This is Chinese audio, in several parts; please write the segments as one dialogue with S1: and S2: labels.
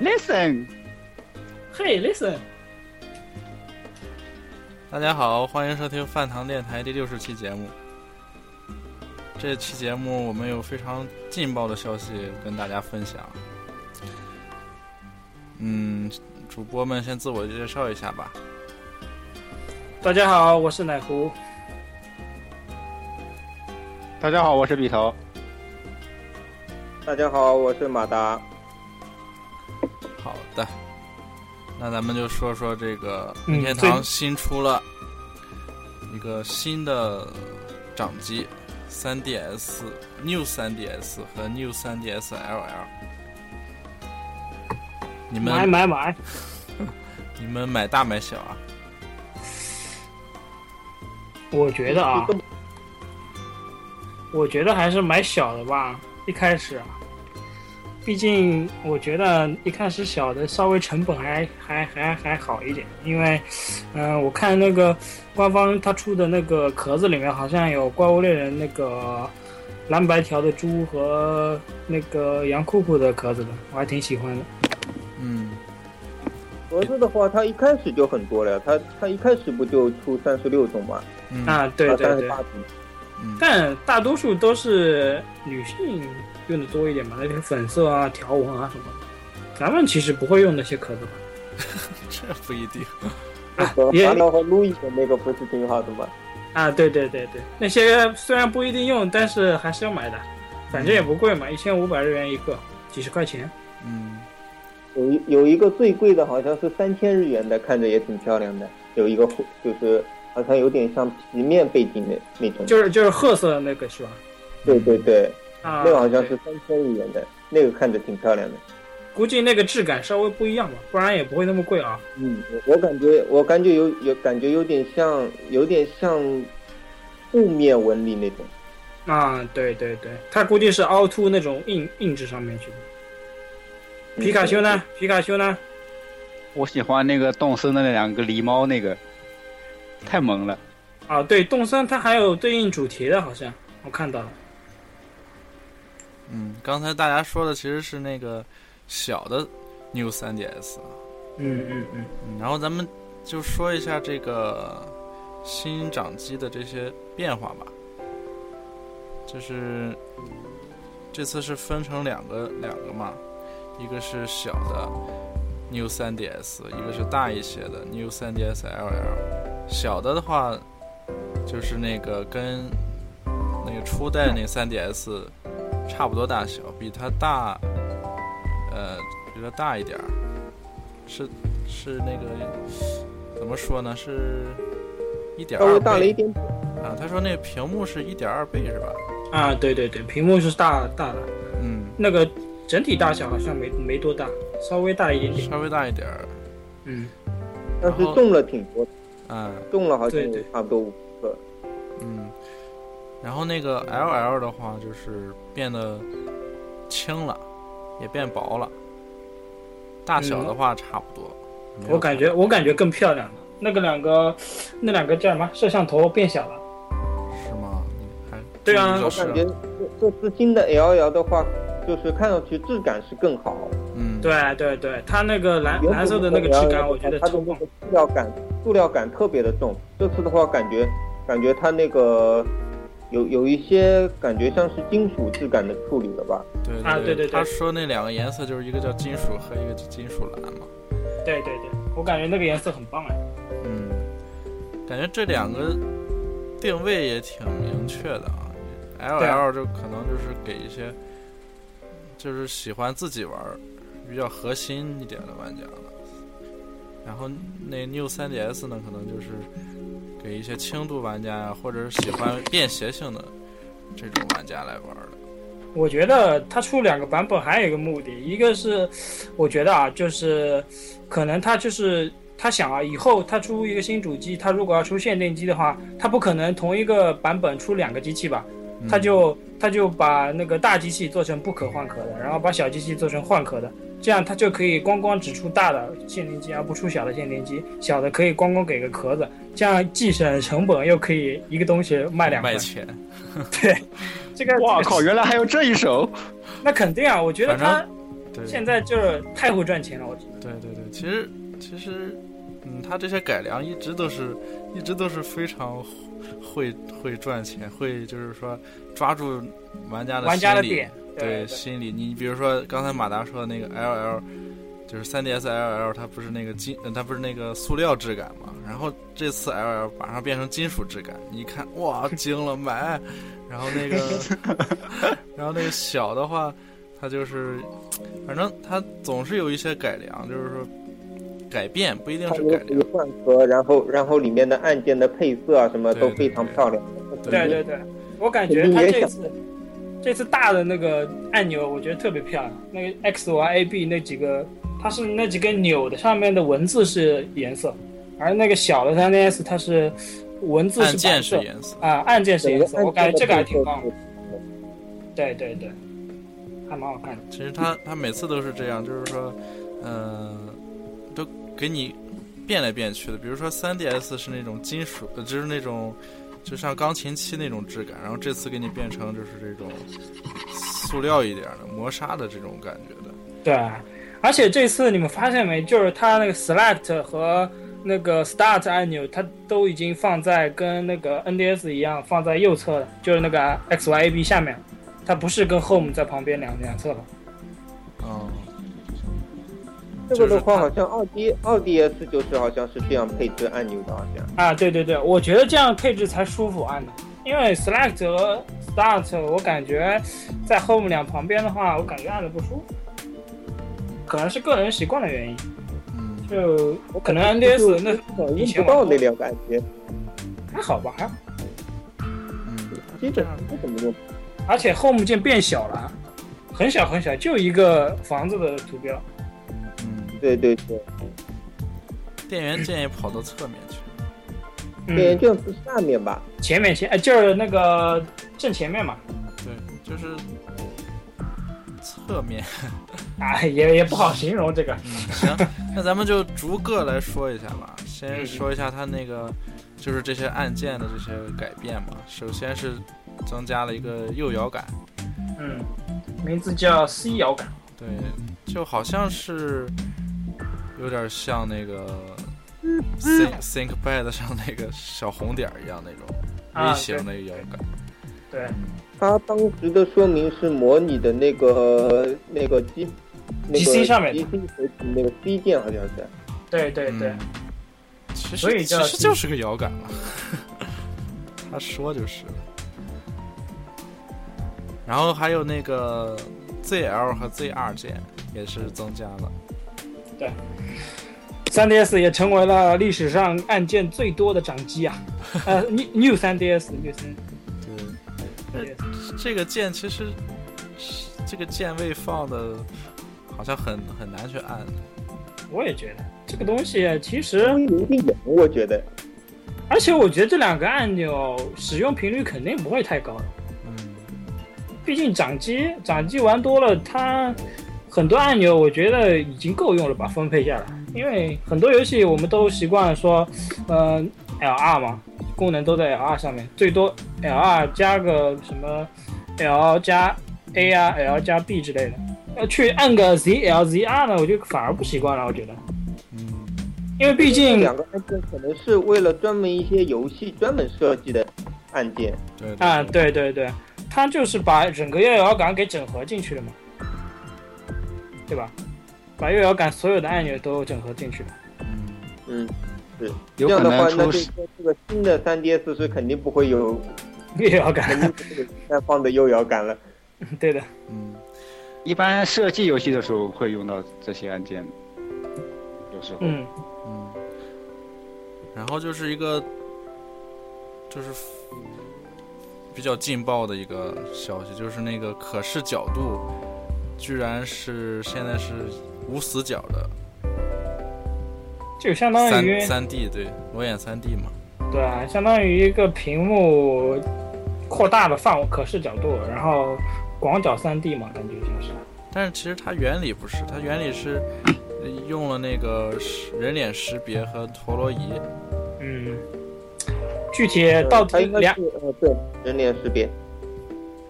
S1: Listen，
S2: 嘿、l i s t e n
S3: 大家好，欢迎收听饭堂电台第六十期节目。这期节目我们有非常劲爆的消息跟大家分享。嗯，主播们先自我介绍一下吧。
S2: 大家好，我是奶壶。
S1: 大家好，我是笔头。
S4: 大家好，我是马达。
S3: 好的，那咱们就说说这个
S2: 嗯
S3: 任天
S2: 最
S3: 堂新出了一个新的掌机，3DS、New 3DS 和 New 3DS LL。你
S2: 买
S3: 们
S2: 买买！
S3: 你们买大买小啊？
S2: 我觉得啊，我觉得还是买小的吧。一开始啊，毕竟我觉得一开始小的稍微成本还还还还好一点，因为，嗯、我看那个官方他出的那个壳子里面好像有《怪物猎人》那个蓝白条的猪和那个羊酷酷的壳子的，我还挺喜欢的。
S3: 嗯，
S4: 盒子的话，它一开始就很多了呀，它它一开始不就出三十六种嘛，
S3: 嗯
S2: 啊，对对
S4: 三
S2: 对
S4: 十八。种。
S3: 嗯
S2: 但大多数都是女性用的多一点嘛，那些粉色啊、条纹啊什么的，咱们其实不会用那些壳子吧？
S3: 这不一定。
S2: 啊
S4: 和，
S2: 也
S4: 马里奥和路易的那个不是挺好的吗？
S2: 啊，对对对对，那些虽然不一定用，但是还是要买的，反正也不贵嘛，一千五百日元一个，几十块钱。
S3: 嗯，
S4: 有一有一个最贵的好像是三千日元的，看着也挺漂亮的，有一个灰就是好像有点像皮面背景的那种。
S2: 就是就是褐色的那个是吧？
S4: 对对对，
S2: 啊，
S4: 那个好像是
S2: 对，
S4: 三千日元的，那个看着挺漂亮的。
S2: 估计那个质感稍微不一样吧，不然也不会那么贵啊。
S4: 嗯，我我感觉我感觉有有感觉有点像有点像雾面纹理那种。
S2: 啊，对对对，它估计是凹凸那种硬硬质上面去的。
S4: 嗯
S2: 皮卡丘呢？皮卡丘呢？
S1: 我喜欢那个动森的那两个狸猫，那个太萌了。
S2: 啊，对，动森它还有对应主题的，好像我看到了。
S3: 嗯，刚才大家说的其实是那个小的 New 3DS，
S2: 嗯嗯嗯。
S3: 嗯啊然后咱们就说一下这个新掌机的这些变化吧。就是这次是分成两个两个嘛，一个是小的 New 3DS，一个是大一些的 New 3DS LL。小的的话，就是那个跟那个初代那 3DS 差不多大小，比它大，呃，比它大一点儿，是是那个怎么说呢？是一点
S4: 稍微
S3: 二
S4: 大了一
S3: 倍
S4: 点点。
S3: 啊。他说那个屏幕是一点二倍是吧？
S2: 啊，对对对，屏幕是大大的，
S3: 嗯。
S2: 那个整体大小好像没没多大，稍微大一点点。
S3: 稍微大一点儿，
S2: 嗯，
S4: 但是中了挺多的，
S3: 嗯
S4: 中了好像
S2: 对
S4: 有
S2: 对
S4: 差不多五个。
S3: 嗯，然后那个 L L 的话就是变得轻了，也变薄了，大小的话差不多。没
S2: 嗯
S3: 有
S2: 我感觉我感觉更漂亮了。那个两个，那两个叫什么？摄像头变小了。
S3: 是吗？你还
S2: 对啊
S3: 注意
S4: 我
S3: 这事
S4: 感觉这这次新的 L L 的话，就是看上去质感是更好。
S3: 嗯，
S2: 对对对，它那个蓝
S4: 原本
S2: 蓝色的那个质感，我觉得
S4: 它的
S2: 超
S4: 那
S2: 棒
S4: 个。塑料感，塑料感特别的重。这次的话，感觉感觉它那个有有一些感觉像是金属质感的处理了吧？
S3: 对对
S2: 啊对对对
S3: 他说那两个颜色就是一个叫金属和一个叫金属蓝嘛。
S2: 对对对，我感觉那个颜色很棒哎。
S3: 嗯，感觉这两个定位也挺明确的啊。L
S2: 对啊
S3: L 就可能就是给一些就是喜欢自己玩儿比较核心一点的玩家了，然后那 New 3DS 呢，可能就是给一些轻度玩家呀，或者是喜欢便携性的这种玩家来玩儿的。
S2: 我觉得它出两个版本还有一个目的，一个是我觉得啊，就是可能他就是他想啊，以后他出一个新主机，他如果要出限定机的话，他不可能同一个版本出两个机器吧？
S3: 嗯
S2: 他就他就把那个大机器做成不可换壳的，然后把小机器做成换壳的，这样他就可以光光只出大的限定机，而不出小的限定机，小的可以光光给个壳子，这样既省成本又可以一个东西卖两
S3: 卖
S2: 份。
S3: 钱，
S2: 这个
S1: 哇
S2: 这个
S1: 靠， 原来还有这一手！
S2: 那肯定啊！我觉得
S3: 反
S2: 他
S3: 正对
S2: 现在就是太会赚钱了，我觉得。
S3: 对对对，其实其实，嗯，他这些改良一直都是一直都是非常会会赚钱，会就是说抓住玩家的
S2: 玩家的
S3: 心理
S2: 点，对
S3: 心理。你比如说刚才马达说的那个 L L，就是3 DS L L，它不是那个金，呃它不是那个塑料质感嘛？然后这次 L L 马上变成金属质感，你一看哇，惊了，买。然后那个，然后那个小的话，它就是，反正它总是有一些改良，就是说改变不一定
S4: 它
S3: 是
S4: 有
S3: 改
S4: 有
S3: 良，
S4: 换壳，然后然后里面的按键的配色啊什么
S3: 对
S4: 都
S3: 对
S4: 非常
S3: 对
S4: 漂亮。
S2: 对对对，我感觉他这次这次大的那个按钮，我觉得特别漂亮。那个 X Y A B 那几个，它是那几个钮的上面的文字是颜色，而那个小的 3DS 它是文字
S3: 按
S2: 是白
S3: 键是
S2: 色
S3: 颜色。
S2: 啊，按键是
S4: 整
S2: 颜
S4: 个
S2: 色，我感觉这个还
S4: 按键
S2: 挺
S4: 的配
S2: 棒的。
S4: 色
S2: 对对对，还蛮好看的。
S3: 其实他他每次都是这样，就是说，呃，都给你变来变去的。比如说 3DS 是那种金属，呃就是那种就像钢琴漆那种质感，然后这次给你变成就是这种塑料一点的磨砂的这种感觉的。
S2: 对，而且这次你们发现没，就是它那个 Select 和那个 Start 按钮，它都已经放在跟那个 NDS 一样放在右侧了，就是那个 X Y A B 下面，它不是跟 Home 在旁边两两侧了。
S3: 嗯，
S4: 这个的话，
S3: 就是它
S4: 好像二 D 二 DS 就是好像是这样配置按钮的，好像。
S2: 啊，对对对，我觉得这样配置才舒服按的，因为 Select 和 Start 我感觉在 Home 两旁边的话，我感觉按的不舒服，可能是个人习惯的原因。
S3: 嗯，
S2: 就
S4: 我
S2: 可能
S4: 就是
S2: NDS 那以
S4: 用
S2: 前
S4: 不
S2: 玩
S4: 到
S2: 过
S4: 那两个按键，
S2: 还好吧，还好。
S3: 嗯，
S4: 基本上不怎么用。
S2: 而且 home 键变小了，很小很小，就一个房子的图标。
S3: 嗯，
S4: 对对对。
S3: 电源键也跑到侧面去。
S4: 对，
S2: 嗯，
S4: 就是下面吧，
S2: 前面前呃就是那个正前面嘛，
S3: 对，就是侧面。
S2: 哎也也不好形容这个。
S3: 嗯，行，那咱们就逐个来说一下吧。先说一下它那个，就是这些按键的这些改变吧。首先是增加了一个右摇杆，
S2: 嗯，名字叫 C 摇杆。
S3: 对，就好像是有点像那个 Think ThinkPad 上那个小红点儿一样那种
S2: 啊
S3: 微型的摇杆。
S2: 对，
S4: 它当时的说明是模拟的那个那个 G，那个
S2: GC 上面的
S4: GC 手指那个 C 键好像是，
S2: 对对哎对
S3: 嗯，其
S2: 所
S3: 实
S2: 以
S3: 其
S2: 叫
S3: 实就是个摇杆了。 他说就是。然后还有那个 ZL 和 ZR 键也是增加了，
S2: 3DS 也成为了历史上按键最多的掌机啊。呃，New New 3DS New
S3: 对，
S2: 3DS。
S3: 这个键其实是这个键位放的，好像很很难去按。
S2: 我也觉得这个东西其实
S4: 稍微有点远，我觉得。
S2: 而且我觉得这两个按钮使用频率肯定不会太高的，
S3: 嗯，
S2: 毕竟掌机掌机玩多了，它很多按钮我觉得已经够用了吧，分配下来。因为很多游戏我们都习惯说，呃，LR 嘛，功能都在 LR 上面，最多 LR 加个什么 L 加 A 啊，L 加 B 之类的。要去按个 ZL、ZR 呢，我就反而不习惯了，我觉得，
S3: 嗯，
S2: 因为毕
S4: 这
S2: 竟
S4: 两个按键可能是为了专门一些游戏专门设计的，按键，
S3: 对
S2: 啊，，对对对，它就是把整个月摇杆给整合进去了嘛，对吧？把月摇杆所有的按钮都整合进去了。
S3: 嗯
S4: 嗯，这
S1: 有可
S4: 样的话，
S1: 能
S4: 那
S1: 出
S4: 就说这个新的 3DS 是肯定不会有，
S2: 月摇杆，
S4: 肯定不会有单方的右摇杆了。
S2: 对的，
S3: 嗯，
S1: 一般设计游戏的时候会用到这些按键，有时候。
S2: 嗯，
S3: 嗯，然后就是一个，就是比较劲爆的一个消息，就是那个可视角度，居然是现在是无死角的
S2: 就相当于
S3: 三三 D，对，裸眼三 D 嘛，
S2: 对啊，相当于一个屏幕扩大的范围可视角度，然后广角三 D 嘛，感觉像是。
S3: 但是其实它原理不是，它原理是用了那个识人脸识别和陀螺仪，
S2: 嗯，具体到
S4: 呃
S2: 底
S4: 它应该
S2: 两
S4: 是呃对人脸识别，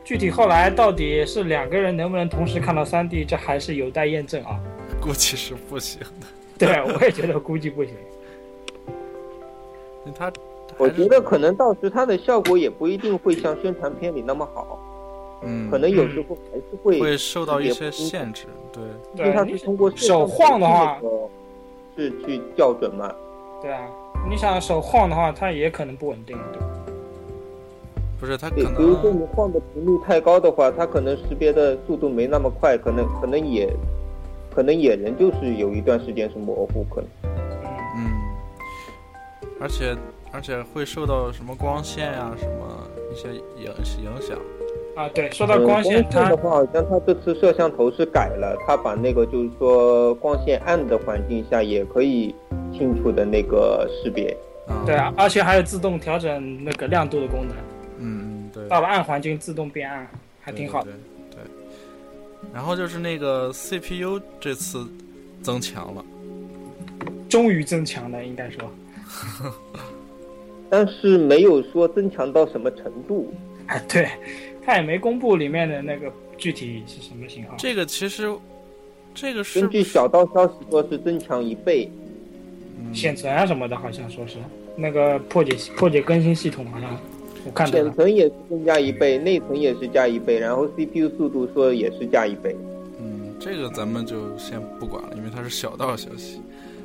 S2: 具体后来到底是两个人能不能同时看到三 D，这还是有待验证啊。
S3: 估计是不行，
S2: 对，啊我也觉得估计不行。
S3: 因为它
S4: 我
S3: 还是
S4: 觉得可能到时它的效果也不一定会像宣传片里那么好，
S3: 嗯
S4: 可能有时候还是会，
S3: 会受到一些
S4: 识别不清
S3: 限制，对，
S4: 因为
S2: 对，
S4: 它
S2: 你
S4: 是通过
S2: 手晃的话，
S4: 是去校准嘛。
S2: 对啊，你想手晃的话，它也可能不稳定。
S3: 不是它可
S4: 对，比如说
S3: 能
S4: 你晃的频率太高的话，它可能识别的速度没那么快，可能可能也，可能也仍旧是有一段时间是模糊，可能
S2: 嗯，
S3: 嗯，而且而且会受到什么光线啊什么一些影影响，
S2: 啊，对，说到光
S4: 呃
S2: 线，
S4: 光
S2: 它
S4: 的话，好像它这次摄像头是改了，它把那个就是说光线暗的环境下也可以清楚的那个识别。
S3: 嗯，
S2: 对，啊，而且还有自动调整那个亮度的功能，
S3: 嗯嗯对，
S2: 到了暗环境自动变暗，还挺好的。
S3: 对对对对然后就是那个 CPU 这次增强
S2: 哦
S3: 了，
S2: 终于增强了，应该说，
S4: 但是没有说增强到什么程度，
S2: 哎，对，它也没公布里面的那个具体是什么型号。
S3: 这个其实这个是
S4: 根据小道消息说是增强一倍，
S3: 嗯
S2: 显存啊什么的，好像说是那个破解破解更新系统，好像我看到
S4: 显
S2: 了。
S4: 存也是增加一倍，内存也是加一倍，然后 CPU 速度说也是加一倍。
S3: 嗯这个咱们就先不管了，因为它是小道消息，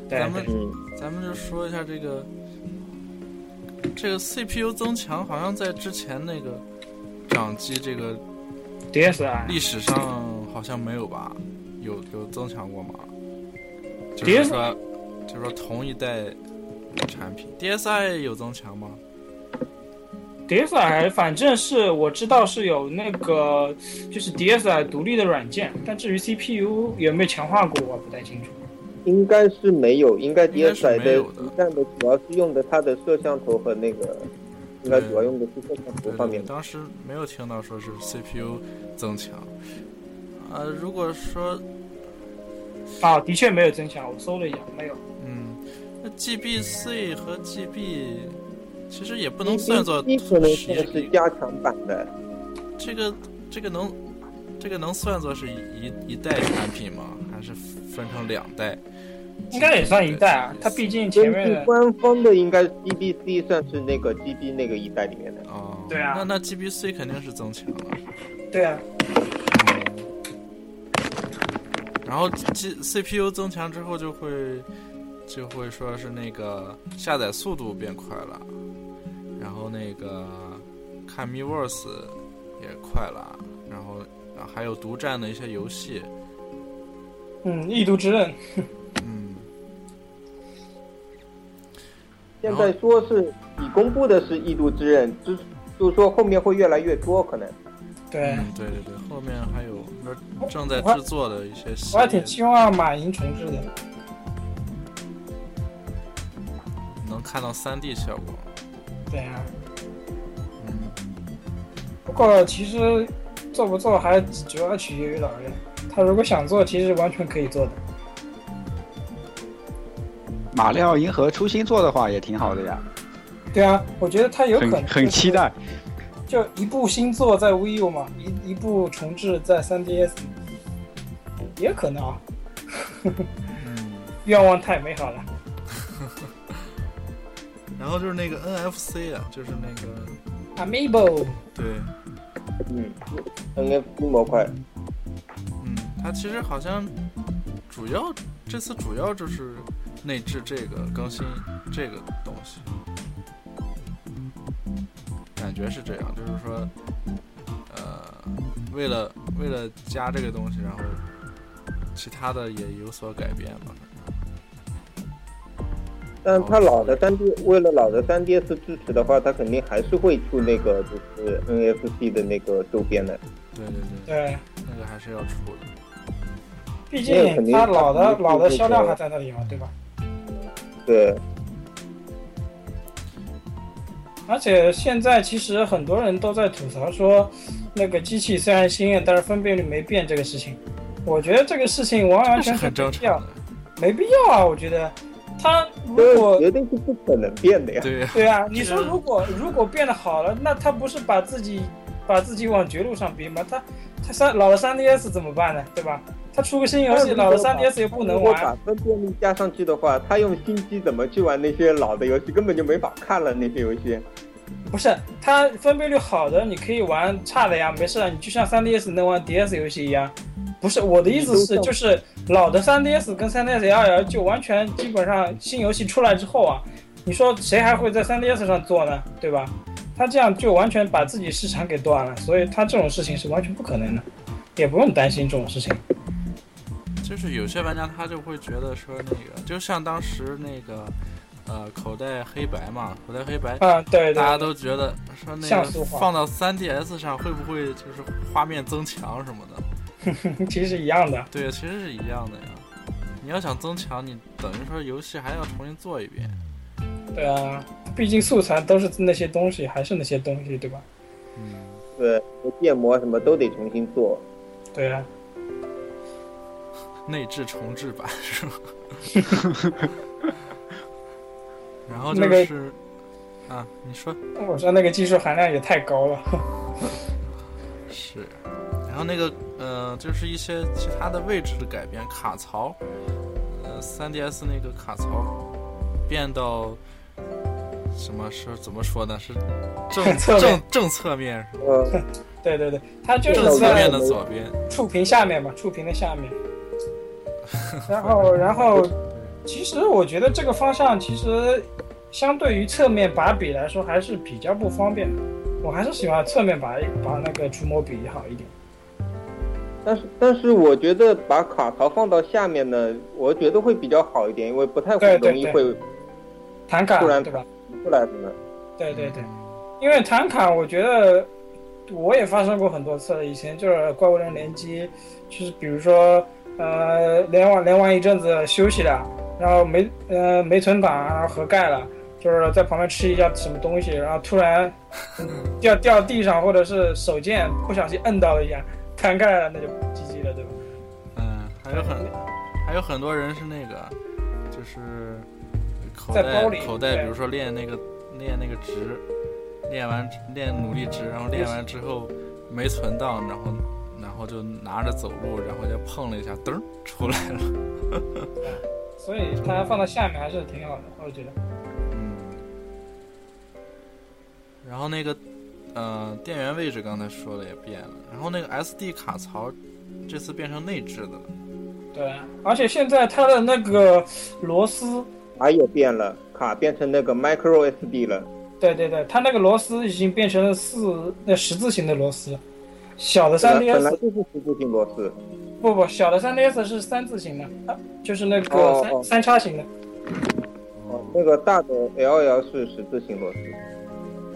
S2: 对
S3: 咱们
S4: 嗯，
S3: 咱们就说一下这个这个 CPU 增强，好像在之前那个掌机这个
S2: ，DS 啊
S3: 历史上好像没有吧？有有增强过吗？就
S2: 别
S3: 是说，就是说同一代产品，DSi 有增强吗？
S2: ，DSI 反正是我知道是有那个就是 DSI 独立的软件，但至于 CPU 有没有强化过，我不太清楚。
S4: 应该是没有，应该
S3: 应该
S4: DSi
S3: 是没
S4: 的
S3: 有的
S4: 一站的主要是用的它的摄像头和那个，应该主要用的是摄像头
S3: 对
S4: 方
S3: 对
S4: 面
S3: 对，。当时没有听到说是 CPU 增强。呃，如果说，
S2: 啊，的确没有增强，我搜了一下，没有。
S3: 嗯，那 GBC 和 GB 其实也不能算作
S4: 一可能
S3: 是
S4: 算是加强版的，
S3: 这个这个能这个能算作是一一一代产品吗？还是分成两代？
S2: 应该也算一代啊，它毕竟前
S4: 根
S2: 面
S4: 据
S2: 的
S4: 官方的应该 GBC 算是那个 GB 那个一代里面的。
S3: 哦，
S2: 对啊
S3: 那那 GBC 肯定是增强了。
S2: 对啊，
S3: 然后 G CPU 增强之后就会就会说是那个下载速度变快了，然后那个看 Miiverse 也快了，然后啊还有独占的一些游戏，
S2: 嗯，异度之刃
S3: 嗯，
S4: 现在说是已公布的是《异度之刃》，就是就是说后面会越来越多可能。
S2: 对。啊
S3: 嗯对对对，后面还有说正在制作的一些系
S2: 我还
S3: 列
S2: 挺希望马云重置的，
S3: 能看到三 D 效果，
S2: 对啊。
S3: 嗯，
S2: 不过其实做不做还主要取决于老任，他如果想做，其实完全可以做的。
S1: 马里奥银河出新作的话也挺好的呀，
S2: 对啊，我觉得他有可能
S1: 很很期，待。
S2: 就一部新作在 v i U 嘛，一一部重置在 3DS，也可能啊，
S3: 嗯
S2: 愿望太美好了。
S3: 然后就是那个 NFC 啊，就是那个
S2: Amiibo，
S3: 对，
S4: 嗯，NFT 模块，
S3: 嗯，它其实好像主要这次主要就是内置这个更新这个东西，感觉是这样，就是说，呃，为了为了加这个东西，然后其他的也有所改变吧。
S4: 但它老的三 D 为了老的三 DS 支持的话，它肯定还是会出那个就是 NFC 的那个周边的。
S3: 对对对，
S2: 对，
S3: 那个还是要出的。
S2: 毕
S4: 那个
S2: 竟
S4: 肯定
S2: 它老的
S4: 它肯定
S2: 老的
S4: 是
S2: 销量
S4: 这个
S2: 还在那里嘛，对吧？
S4: 对，
S2: 而且现在其实很多人都在吐槽说，那个机器虽然新颖，但是分辨率没变这个事情。我觉得这个事情完完
S3: 是
S2: 全全没
S3: 很正
S2: 必
S3: 常
S2: 要，
S3: 的，
S2: 没必要啊！我觉得，它如
S4: 这
S2: 果
S4: 绝对是不可能变的呀。
S3: 对 呀、
S2: 对啊，你说如果如果变得好了，那他不是把自己把自己往绝路上逼吗？他他三老了三 DS 怎么办呢？对吧？他出个新游戏，老了三 DS 又不能
S4: 如果把
S2: 玩，
S4: 分辨率加上去的话，他用新机怎么去玩那些老的游戏，根本就没法看了那些游戏。
S2: 不是他分辨率好的你可以玩差的呀，没事啊，你就像三 DS 能玩 DS 游戏一样。不是我的意思是，就是老的三 DS 跟三 DS L 就完全基本上新游戏出来之后啊，你说谁还会在三 DS 上做呢？对吧？他这样就完全把自己市场给断了，所以他这种事情是完全不可能的，也不用担心这种事情。
S3: 就是有些玩家他就会觉得说那个，就像当时那个，呃，口袋黑白嘛，口袋黑白，
S2: 啊，对对
S3: 大，家都觉得说那
S2: 像素
S3: 个
S2: 化
S3: 放到 3DS 上会不会就是画面增强什么的？
S2: 其实是一样的。
S3: 对，其实是一样的呀。你要想增强，你等于说游戏还要重新做一遍。
S2: 对啊，毕竟素材都是那些东西，还是那些东西，对吧？
S3: 嗯，
S4: 对，建模什么都得重新做。
S2: 对啊，
S3: 内置重置版 是吧？然后就
S2: 那个
S3: 是啊，你说。
S2: 我说那个技术含量也太高了。
S3: 是，然后那个呃，就是一些其他的位置的改变，卡槽，呃，3DS 那个卡槽变到什么是怎么说呢？是正
S2: 侧面
S3: 正正 侧面，
S4: 呃，
S2: 对对对，它就
S3: 正
S2: 是
S3: 侧
S2: 在
S3: 面的左边，
S2: 触屏下面嘛，触屏的下面。然后，然 后，其实我觉得这个方向其实相对于侧面把笔来说还是比较不方便的。我还是喜欢侧面把把那个触摸笔好一点。
S4: 但是但是我觉得把卡槽放到下面呢，我觉得会比较好一点，因为不太
S2: 对对
S4: 容易
S2: 对
S4: 会
S2: 弹卡
S4: 突然
S2: 对吧？
S4: 出来什么。
S2: 对对对，因为弹卡，我觉得我也发生过很多次了。以前就是怪物猎人联机，就是比如说呃连玩连玩一阵子休息了，然后没呃没存档，然后盒盖了，就是在旁边吃一下什么东西，然后突然掉掉地上，或者是手贱不小心摁到了一下，弹盖了，那就 GG 了，对吧？
S3: 嗯，还有很还有很多人是那个，就是口
S2: 在
S3: 袋
S2: 包里
S3: 口袋，
S2: 对
S3: 比如说练那个练那个值，练完练努力值，然后练完之后没存档，然后然后就拿着走路，然后就 碰了一下，噔儿出来了。
S2: 所以它放到下面还是挺好的，我觉得。
S3: 嗯。然后那个呃电源位置刚才说了也变了，然后那个 SD 卡槽这次变成内置的了。
S2: 对，而且现在它的那个螺丝
S4: 卡也哎变了，卡变成那个 micro SD 了。
S2: 对对对，它那个螺丝已经变成了四那十字形的螺丝，小的三
S4: 本来本来
S2: DS
S4: 就是十字形螺丝。
S2: 不不，小的三 DS 是三字形的，啊，就是那个
S4: 哦
S2: 三、
S4: 哦
S2: 三叉形的。
S4: 哦，那个大的 LL 是十字形螺丝。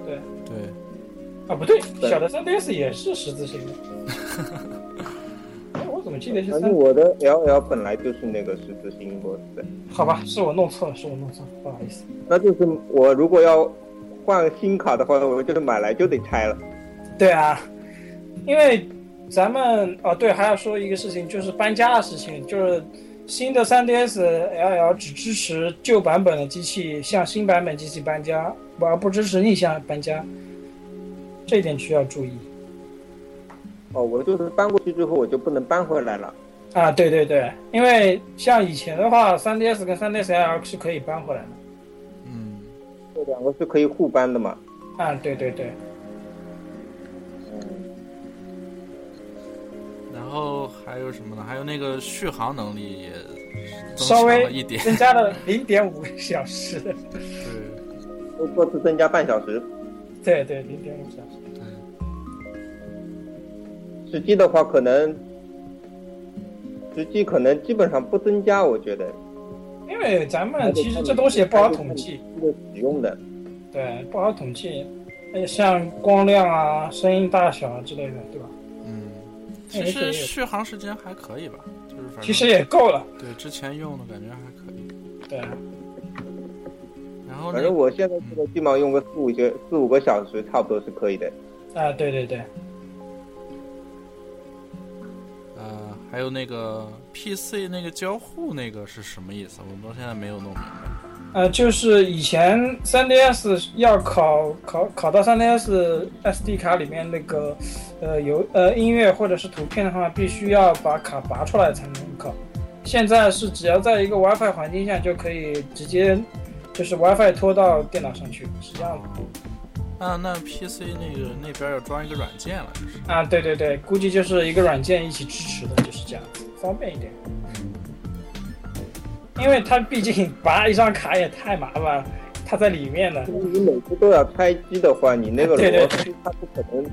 S3: 对，
S2: 啊，不对，
S4: 对
S2: 小的三 DS 也是十字 形的。哎，我怎么记得是
S4: 反
S2: 三
S4: 正？我的 LL 本来就是那个十字形螺丝，
S2: 好吧，是我弄错了，是我弄错了，不好意思。
S4: 那就是我如果要换新卡的话，我就是买来就得拆了。
S2: 对啊，因为咱们哦对，还要说一个事情，就是搬家的事情，就是新的 3DS LL 只支持旧版本的机器向新版本机器搬家，而不支持逆向搬家，这一点需要注意
S4: 哦，我就是搬过去之后我就不能搬回来了。
S2: 啊。对对对，因为像以前的话，3DS 跟 3DS LL 是可以搬回来的
S3: 嗯。
S4: 这两个是可以互搬的嘛？
S2: 啊。对对对，
S3: 后还有什么呢？还有那个续航能力也增
S2: 稍
S3: 强
S2: 微
S3: 了一点，
S2: 增加了零点五个小时。
S3: 对，
S4: 这次增加半小时。
S2: 对对，零点五小时。
S4: 实际的话，可能实际可能基本上不增加，我觉得
S2: 因为咱们其实这东西也不好统计，
S4: 这个使用的。
S2: 对，不好统计。呃，像光亮啊、声音大小啊之类的，对吧？
S3: 嗯，
S2: 哎
S3: 其实
S2: 对
S3: 续航时间还可以吧，就是反正
S2: 其实也够了。
S3: 对之前用的感觉还可以。
S2: 对，
S3: 然后那
S4: 反正我现在这个基本上用个四五节四五个小时，差不多是可以的。
S2: 啊，对对对，
S3: 呃，还有那个 PC 那个交互那个是什么意思？我到现在没有弄明白。
S2: 呃，就是以前 3DS 要考考考到 3DS SD 卡里面那个呃有呃音乐或者是图片的话，必须要把卡拔出来才能考。现在是只要在一个 WiFi 环境下就可以直接就是 WiFi 拖到电脑上去，是这样的。
S3: 那啊那 PC 那个那边要装一个软件了，就是。
S2: 啊，对对对，估计就是一个软件一起支持的，就是这样子，方便一点。因为它毕竟拔一张卡也太麻烦了，它在里面呢。
S4: 你每次都要拆机的话，你那个
S2: 对对
S4: 螺丝它不可能，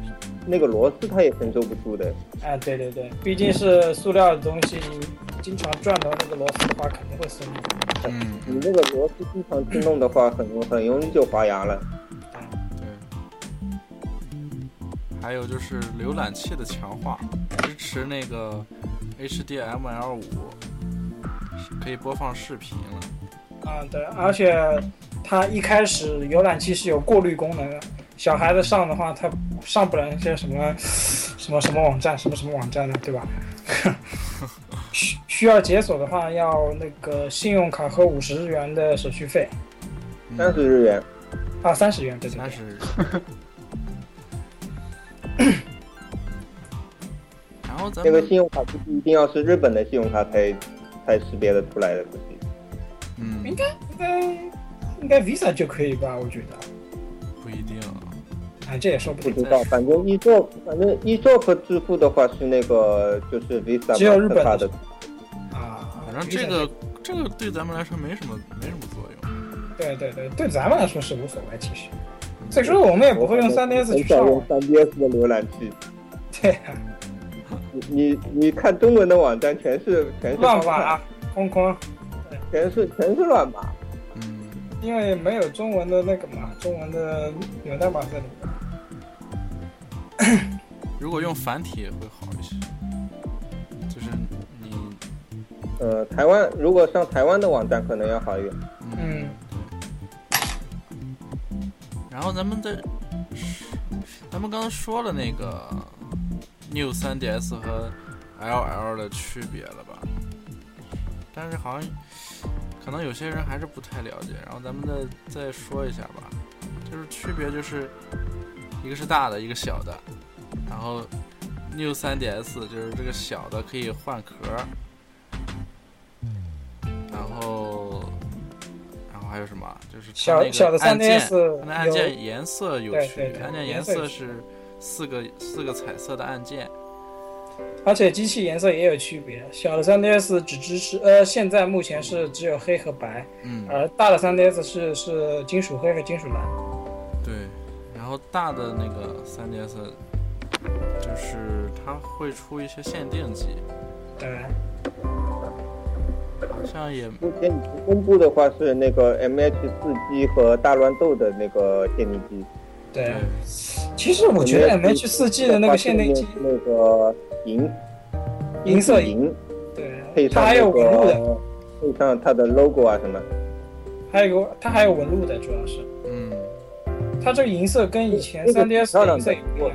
S4: 那个螺丝它也承受不住的。
S2: 啊，对对对，毕竟是塑料的东西，你经常转到那个螺丝的话，肯定会松的。
S3: 嗯，
S4: 你那个螺丝经常去弄的话，很容很容易就滑牙了。
S3: 对。还有就是浏览器的强化，支持那个 HDML 五，是可以播放视频了。
S2: 啊，对，而且它一开始浏览器是有过滤功能的，小孩子上的话，他上不了那些什么什么什么网站，什么什么网站的，对吧？需需要解锁的话，要那个信用卡和五十日元的手续费
S3: 嗯
S4: 三十日元，
S2: 啊，三十元，对对
S3: 三
S2: 对。
S3: 十。然后咱
S4: 那
S3: 们
S4: 个信用卡估计一定要是日本的信用卡才才识别的出来的，估计。
S3: 嗯
S2: 应该应该 Visa 就可以吧？我觉得，
S3: 不一定啊，
S2: 啊，这也说不
S4: 不
S2: 定，
S4: 知道，反正 eShop，反正 eShop 支付的话是那个就是 Visa
S2: 只有日本
S4: Mastercard
S2: 的
S4: 的，
S2: 啊，
S3: 反正
S2: Visa
S3: 这个这个对咱们来说没什么没什么作用。
S2: 对对对，对咱们来说是无所谓，其实。
S3: 嗯
S2: 所以说我们也不会用 3DS
S4: 很
S2: 去
S4: 少
S2: 上
S4: 用
S2: 网，
S4: 3DS 的浏览器。
S2: 对啊，
S4: 你你你看中文的网站全是全是
S2: 乱玩啊，空空，
S4: 全是全是乱码。
S3: 嗯，
S2: 因为没有中文的那个嘛，中文的源代码在里面。
S3: 如果用繁体会好一些，就是你嗯
S4: 呃，台湾如果上台湾的网站可能要好一点。
S3: 嗯。
S2: 嗯，
S3: 然后咱们再，咱们刚刚说了那个 New 3DS 和 LL 的区别了吧？但是好像可能有些人还是不太了解，然后咱们再再说一下吧。就是区别就是一个是大的，一个小的，然后 New 3DS 就是这个小的可以换壳，然后然后还有什么啊？就是它
S2: 小
S3: 那个
S2: 小的
S3: 按键
S2: 3DS
S3: 它那按键颜色有
S2: 对
S3: 区
S2: 对
S3: 别，
S2: 对
S3: 按键
S2: 颜
S3: 颜
S2: 色
S3: 色
S2: 有
S3: 是四个四个彩色的按键，
S2: 而且机器颜色也有区别，小的 3DS 只支持呃，现在目前是只有黑和白，
S3: 嗯，
S2: 而大的 3DS 是是金属黑和金属蓝。
S3: 对，然后大的那个 3DS 就是它会出一些限定级，
S2: 对，
S3: 好像也
S4: 目前已经公布的话是那个 MH4G 和大乱斗的那个限定机。
S2: 对
S3: 对，
S2: 其实我觉得 MH 4 G 的那个限定机，
S4: 那个银
S2: 银色
S4: 银
S2: 对，
S4: 配
S2: 它
S4: 上
S2: 还
S4: 那
S2: 有纹路的，
S4: 个配上它的 logo 啊什么。
S2: 还有个它还有纹路的，主要是
S3: 嗯
S2: 它这个银色跟以前
S4: 这个
S2: 3DS
S4: 漂
S2: 的
S4: 亮
S2: 银色也不一样。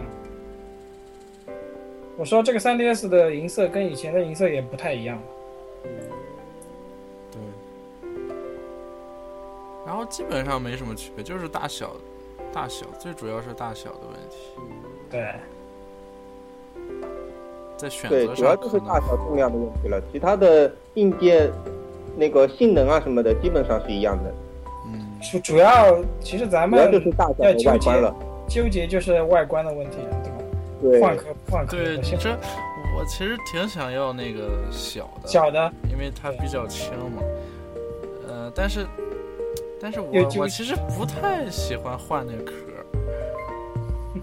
S2: 我说这个 3DS 的银色跟以前的银色也不太一样。
S3: 对，然后基本上没什么区别，就是大小大小，最主要是大小的问题，
S2: 对，
S3: 在选
S4: 对，
S3: 择
S4: 主要
S3: 上
S4: 就是
S3: 可
S4: 大
S3: 能
S4: 小重量的问题了，其他的硬件那个性能啊什么的，基本上是一样的，
S3: 嗯
S2: 主主要其实咱
S4: 主要就
S2: 们
S4: 是大小和外观了。
S2: 纠结就是外观的问题了，对吧？
S4: 对，
S2: 换壳换壳
S3: 嗯对
S2: 的
S3: 你
S2: 现
S3: 这，我其实挺想要那个小的，
S2: 小的
S3: 因为它比较轻嘛。呃，但是，但是
S2: 有
S3: 我
S2: 就
S3: 我其实不太喜欢换那个壳儿，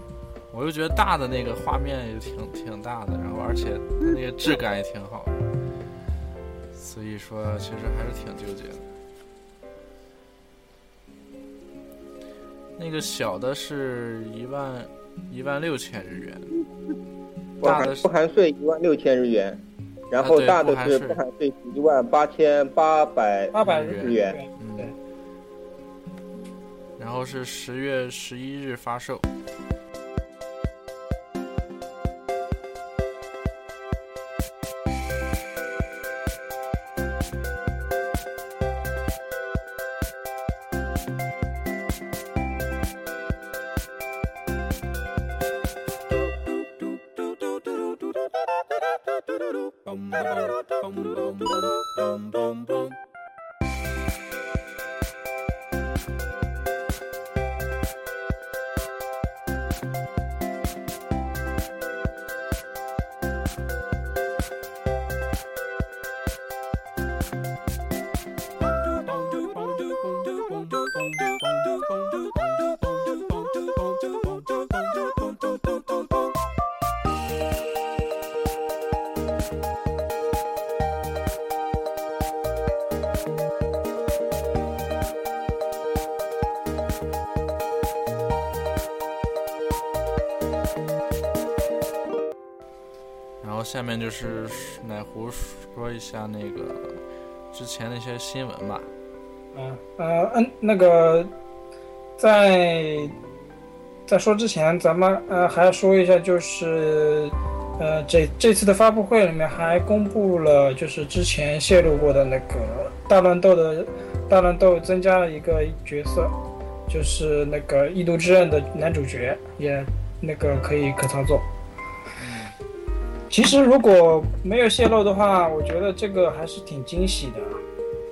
S3: 我就觉得大的那个画面也挺挺大的，然后而且它那个质感也挺好的，所以说其实还是挺纠结的。那个小的是一万一万六千日元，
S4: 不
S3: 大
S4: 含
S3: 的是
S4: 不含税一万六千日元，然
S3: 啊
S4: 后
S3: 对
S4: 大的
S3: 不含
S4: 是
S3: 税
S4: 不含税一万八千八百
S2: 八百
S3: 日
S4: 日元。
S2: 元，对
S3: 嗯，然后是十月十一日发售。然后下面就是奶壶说一下那个之前那些新闻吧。
S2: 嗯呃嗯，那个在在说之前，咱们呃还要说一下，就是呃这这次的发布会里面还公布了，就是之前泄露过的那个大乱斗的大乱斗增加了一个角色，就是那个《异度之刃》的男主角，也那个可以可操作。其实如果没有泄露的话，我觉得这个还是挺惊喜的。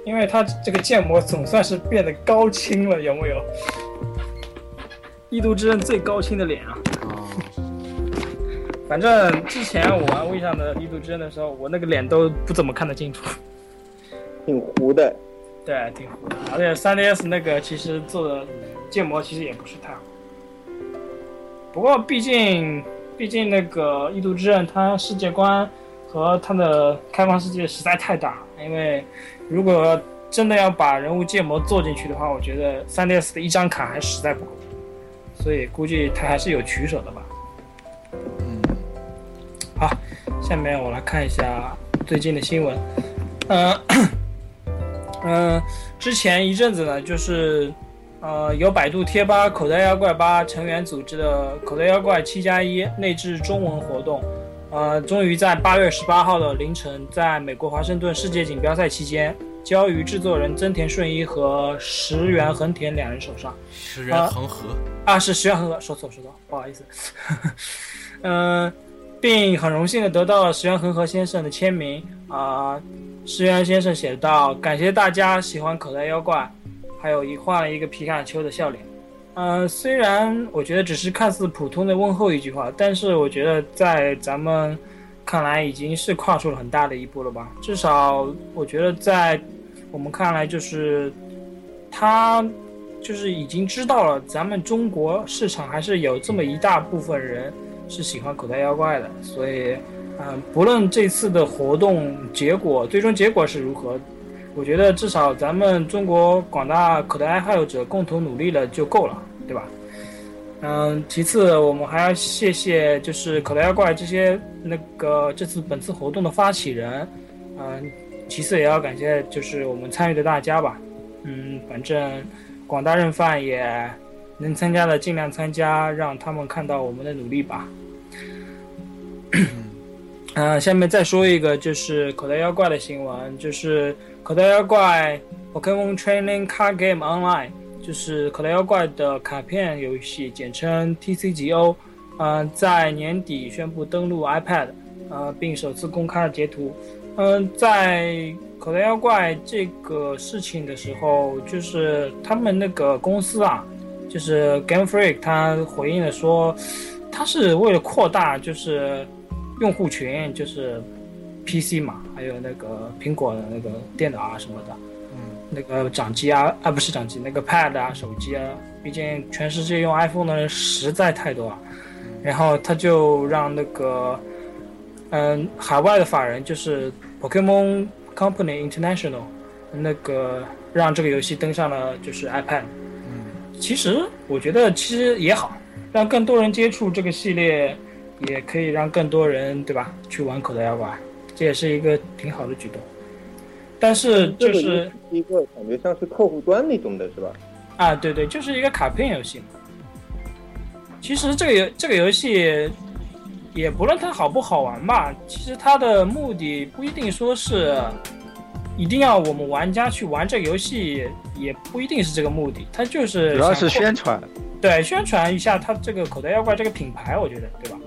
S2: 因为它这个建模总算是变得高清了，有没有？异度之刃最高清的脸啊！
S3: 哦，
S2: 反正之前我玩微上的异度之刃的时候，我那个脸都不怎么看得清楚。
S4: 挺糊的，
S2: 对，挺糊的。而且 3DS 那个其实做的建模其实也不是太好。不过毕竟，毕竟那个《异度之刃》它世界观和它的开放世界实在太大，因为如果真的要把人物建模做进去的话，我觉得 3DS 的一张卡还实在不够，所以估计它还是有取舍的吧。
S3: 嗯，
S2: 下面我来看一下最近的新闻。嗯、呃、嗯、之前一阵子呢，就是呃由百度贴吧“口袋妖怪吧”成员组织的“口袋妖怪七加一”内置中文活动，呃，终于在八月十八号的凌晨，在美国华盛顿世界锦标赛期间，交于制作人增田顺一和石原恒田两人手上。
S3: 石原恒河。
S2: 啊，是十月恒河，说错说错，不好意思。 嗯、并很荣幸的得到了石原恒河先生的签名啊、石原先生写道：“感谢大家喜欢口袋妖怪，还有一换了一个皮卡丘的笑脸。”嗯、虽然我觉得只是看似普通的问候一句话，但是我觉得在咱们看来已经是跨出了很大的一步了吧。至少我觉得在我们看来，就是他就是已经知道了，咱们中国市场还是有这么一大部分人是喜欢口袋妖怪的，所以，嗯、不论这次的活动结果最终结果是如何，我觉得至少咱们中国广大口袋爱好者共同努力了就够了，对吧？嗯，其次我们还要谢谢就是口袋妖怪这些那个这次本次活动的发起人，嗯，其次也要感谢就是我们参与的大家吧，嗯，反正。广大认饭也能参加的尽量参加，让他们看到我们的努力吧。 呃，下面再说一个就是口袋妖怪的新闻，就是口袋妖怪 Pokemon Training Card Game Online，就是口袋妖怪的卡片游戏，简称 TCGO，呃，在年底宣布登陆 iPad，呃，并首次公开了截图。嗯、在口袋妖怪这个事情的时候，就是他们那个公司啊，就是 Game Freak，他回应了说，他是为了扩大就是用户群，就是 PC 嘛，还有那个苹果的那个电脑啊什么的，
S3: 嗯，
S2: 那个掌机啊啊不是掌机，那个 Pad 啊手机啊，毕竟全世界用 iPhone 的人实在太多啊。然后他就让那个嗯海外的法人就是 Pokemon Company International 那个让这个游戏登上了就是 iPad。
S3: 嗯，
S2: 其实我觉得其实也好，让更多人接触这个系列，也可以让更多人对吧去玩口袋妖怪，这也是一个挺好的举动。但
S1: 嗯
S2: 是就
S4: 这个
S2: 是
S4: 游戏一个感觉像是客户端那种的是吧？
S2: 啊，对对，就是一个卡片游戏嘛。其实这个游这个游戏也不论它好不好玩吧，其实它的目的不一定说是一定要我们玩家去玩这个游戏，也不一定是这个目的，它就是
S1: 主要是
S2: 想
S1: 宣传，
S2: 对，宣传一下他这个口袋妖怪这个品牌，我觉得对吧？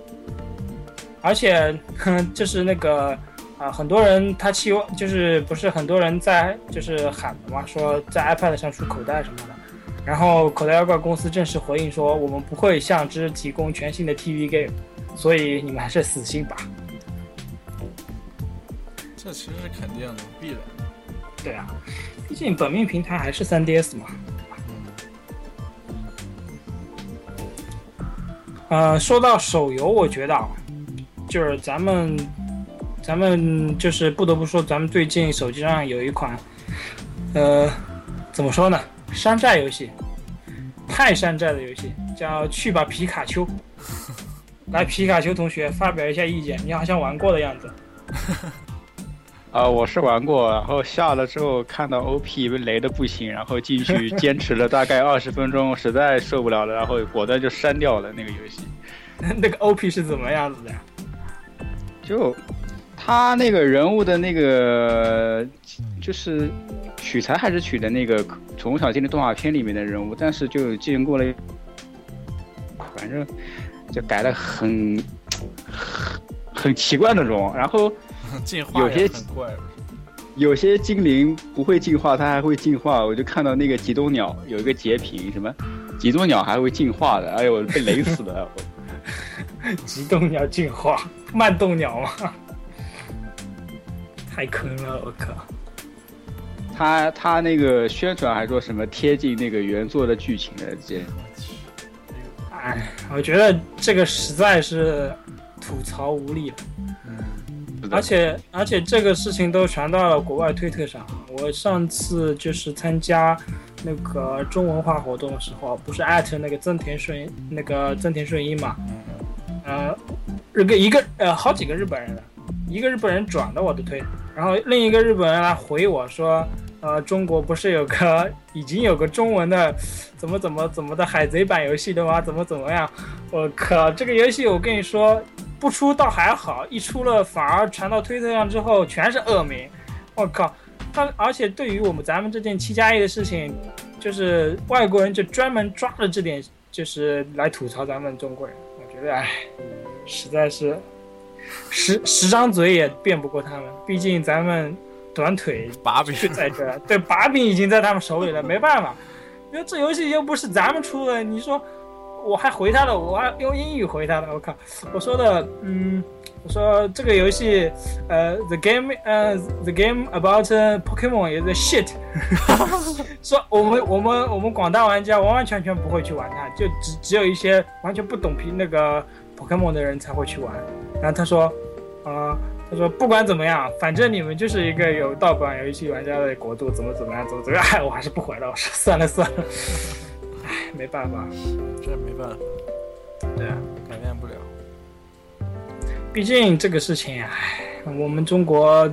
S2: 而且， 哼，就是那个啊、很多人他期望就是不是很多人在就是喊的嘛，说在 iPad 上出口袋什么的。然后口袋妖怪公司正式回应说，我们不会向之提供全新的 TV game，所以你们还是死心吧。
S3: 这其实是肯定的，必然的。
S2: 对啊，毕竟本命平台还是 3DS 嘛。呃，说到手游，我觉得啊，就是咱们，咱们就是不得不说，咱们最近手机上有一款，呃，怎么说呢，山寨游戏，太山寨的游戏，叫《去吧皮卡丘》。来，皮卡丘同学发表一下意见，你好像玩过的样子。
S1: 啊、我是玩过，然后下了之后看到 OP 被雷的不行，然后进去坚持了大概二十分钟，实在受不了了，然后果断就删掉了那个游戏。
S2: 那个 OP 是怎么样子的呀？
S1: 就他那个人物的那个，就是取材还是取的那个《宠物小精灵》动画片里面的人物，但是就经过了一，反正就改的很很很奇怪那种，然后。
S3: 进化
S1: 有些
S3: 也很怪，
S1: 有些精灵不会进化，它还会进化。我就看到那个极东鸟有一个截屏，什么极东鸟还会进化的，哎呦，被雷死了！
S2: 急冻鸟进化，慢动鸟吗？太坑了，我靠！
S1: 他他那个宣传还说什么贴近那个原作的剧情的，这
S3: 我去，
S2: 哎，我觉得这个实在是吐槽无力了。
S3: 嗯，
S1: 不知道
S2: 而且而且这个事情都传到了国外推特上。啊我上次就是参加那个中文化活动的时候，不是艾特那个增田顺那个增田顺一嘛？呃，一个一个呃好几个日本人的，一个日本人转的我的推，然后另一个日本人来回我说。呃，中国不是有个 已经有个中文的怎么怎么怎么的海贼版游戏的吗？怎么怎么样？我靠，这个游戏我跟你说，不出倒还好，一出了反而传到推特上之后全是恶名，我靠！他而且对于我们咱们这件七加一的事情，就是外国人就专门抓了这点，就是来吐槽咱们中国人。我觉得哎，实在是十十张嘴也辩不过他们，毕竟咱们短腿
S3: 把柄
S2: 就在这儿，对，把柄已经在他们手里了，没办法。因为这游戏又不是咱们出的，你说我还回他了，我还用英语回他了，我靠！我说的，嗯，我说这个游戏，呃，the game，呃，the game about uh, Pokemon is a shit。说我们我们我们广大玩家完完全全不会去玩它，就只只有一些完全不懂皮那个 Pokemon 的人才会去玩。然后他说，啊、他说不管怎么样，反正你们就是一个有盗版游戏玩家的国度，怎么怎么样，怎么怎么样，哎，我还是不回了。我说算了算了，哎，没办法，
S3: 这没办法，
S2: 对啊，
S3: 改变不了。
S2: 毕竟这个事情，哎，我们中国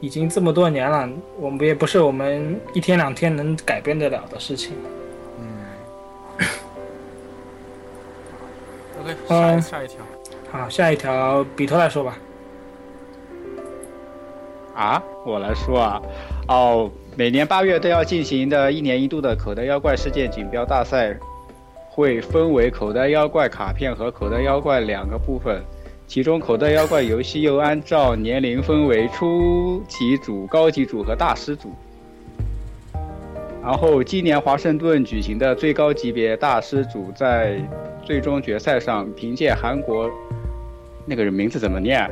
S2: 已经这么多年了，我们也不是我们一天两天能改变得了的事情。
S3: 嗯。OK，下
S2: 嗯
S3: 一下一条，
S2: 好，下一条比头来说吧。
S1: 啊，我来说啊，哦，每年八月都要进行的一年一度的口袋妖怪事件锦标大赛，会分为口袋妖怪卡片和口袋妖怪两个部分，其中口袋妖怪游戏又按照年龄分为初级组、高级组和大师组。然后今年华盛顿举行的最高级别大师组在最终决赛上，凭借韩国那个人名字怎么念？啊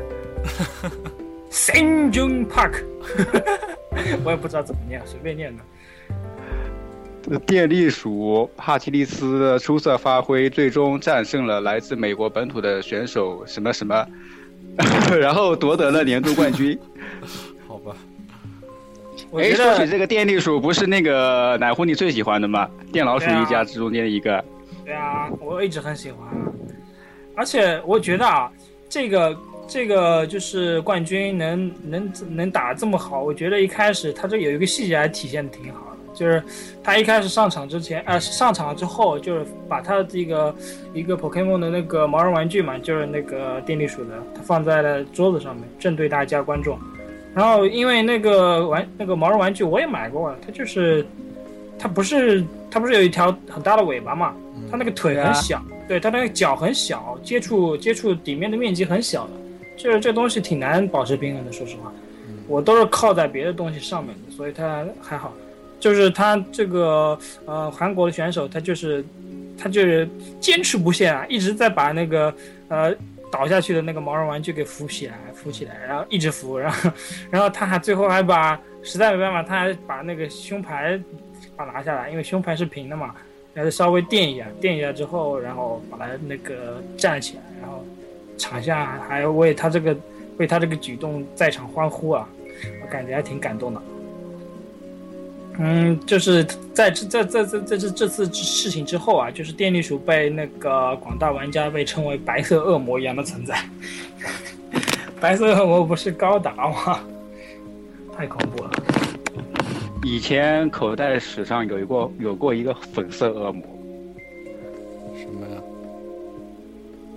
S2: San Jun Park，我也不知道怎么念，随便念的。
S1: 呃电力鼠帕奇利斯的出色发挥，最终战胜了来自美国本土的选手什么什么， 然后夺得了年度冠军。
S3: 好吧，
S2: 我
S1: 哎，
S2: 觉
S1: 说起
S2: 得
S1: 这个电力鼠，不是那个奶壶你最喜欢的吗？电老鼠
S2: 对啊
S1: 一家之中间的一个。
S2: 对啊，我一直很喜欢，啊而且我觉得啊，这个这个就是冠军能能能打得这么好，我觉得一开始他这有一个细节还体现的挺好的，就是他一开始上场之前，呃，上场之后就是把他的这个一个 Pokemon 的那个毛绒玩具嘛，就是那个电力鼠的，他放在了桌子上面，正对大家观众。然后因为那个玩那个毛绒玩具我也买过，它就是它不是它不是有一条很大的尾巴嘛，
S3: 嗯
S2: 它那个腿
S5: 对啊
S2: 很小，对它那个脚很小，接触接触底面的面积很小的，这这东西挺难保持平衡的，说实话
S3: 嗯，
S2: 我都是靠在别的东西上面的，所以它还好。就是他这个呃韩国的选手，他就是他就是坚持不懈啊，一直在把那个呃倒下去的那个毛绒玩具给扶起来，扶起来，然后一直扶，然后 然后他还最后还把实在没办法，他还把那个胸牌把它拿下来，因为胸牌是平的嘛，然后稍微垫一下，垫一下之后，然后把它那个站起来，然后场下还为他这个为他这个举动在场欢呼啊，我感觉还挺感动的。嗯，就是在这在在在在这这次事情之后啊，就是电力鼠被那个广大玩家被称为白色恶魔一样的存在。 白色恶魔不是高达吗？太恐怖了。
S1: 以前口袋史上有一过有过一个粉色恶魔，
S3: 什么呀？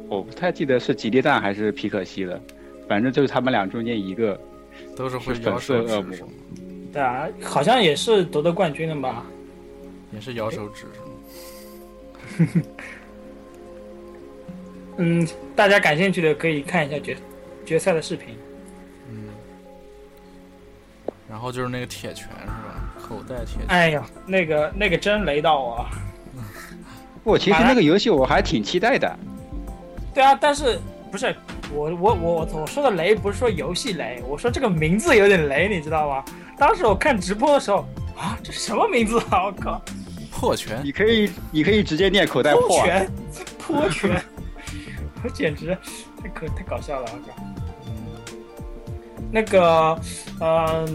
S1: 我不太记得是吉利蛋还是皮可西了，反正就是他们俩中间一个。
S3: 都是会
S1: 是
S3: 摇
S1: 粉色
S3: 手
S1: 恶
S3: 指
S1: 魔
S3: 是吗？
S2: 对啊，好像也是夺得冠军了吧？
S3: 也是摇手指是吗？
S2: 嗯，大家感兴趣的可以看一下决决赛的视频。
S3: 嗯。然后就是那个铁拳是吧？口袋铁拳。
S2: 哎呀，那个那个真雷到啊我了。
S1: 我其实那个游戏我还挺期待的，
S2: 对啊，但是不是我我我我说的雷不是说游戏雷，我说这个名字有点雷，你知道吗？当时我看直播的时候啊，这什么名字啊！我靠，
S3: 破拳
S1: 你可以你可以直接念口袋破
S2: 泼，泉，泼泉，我简直太可太搞笑了！我靠，那个，呃。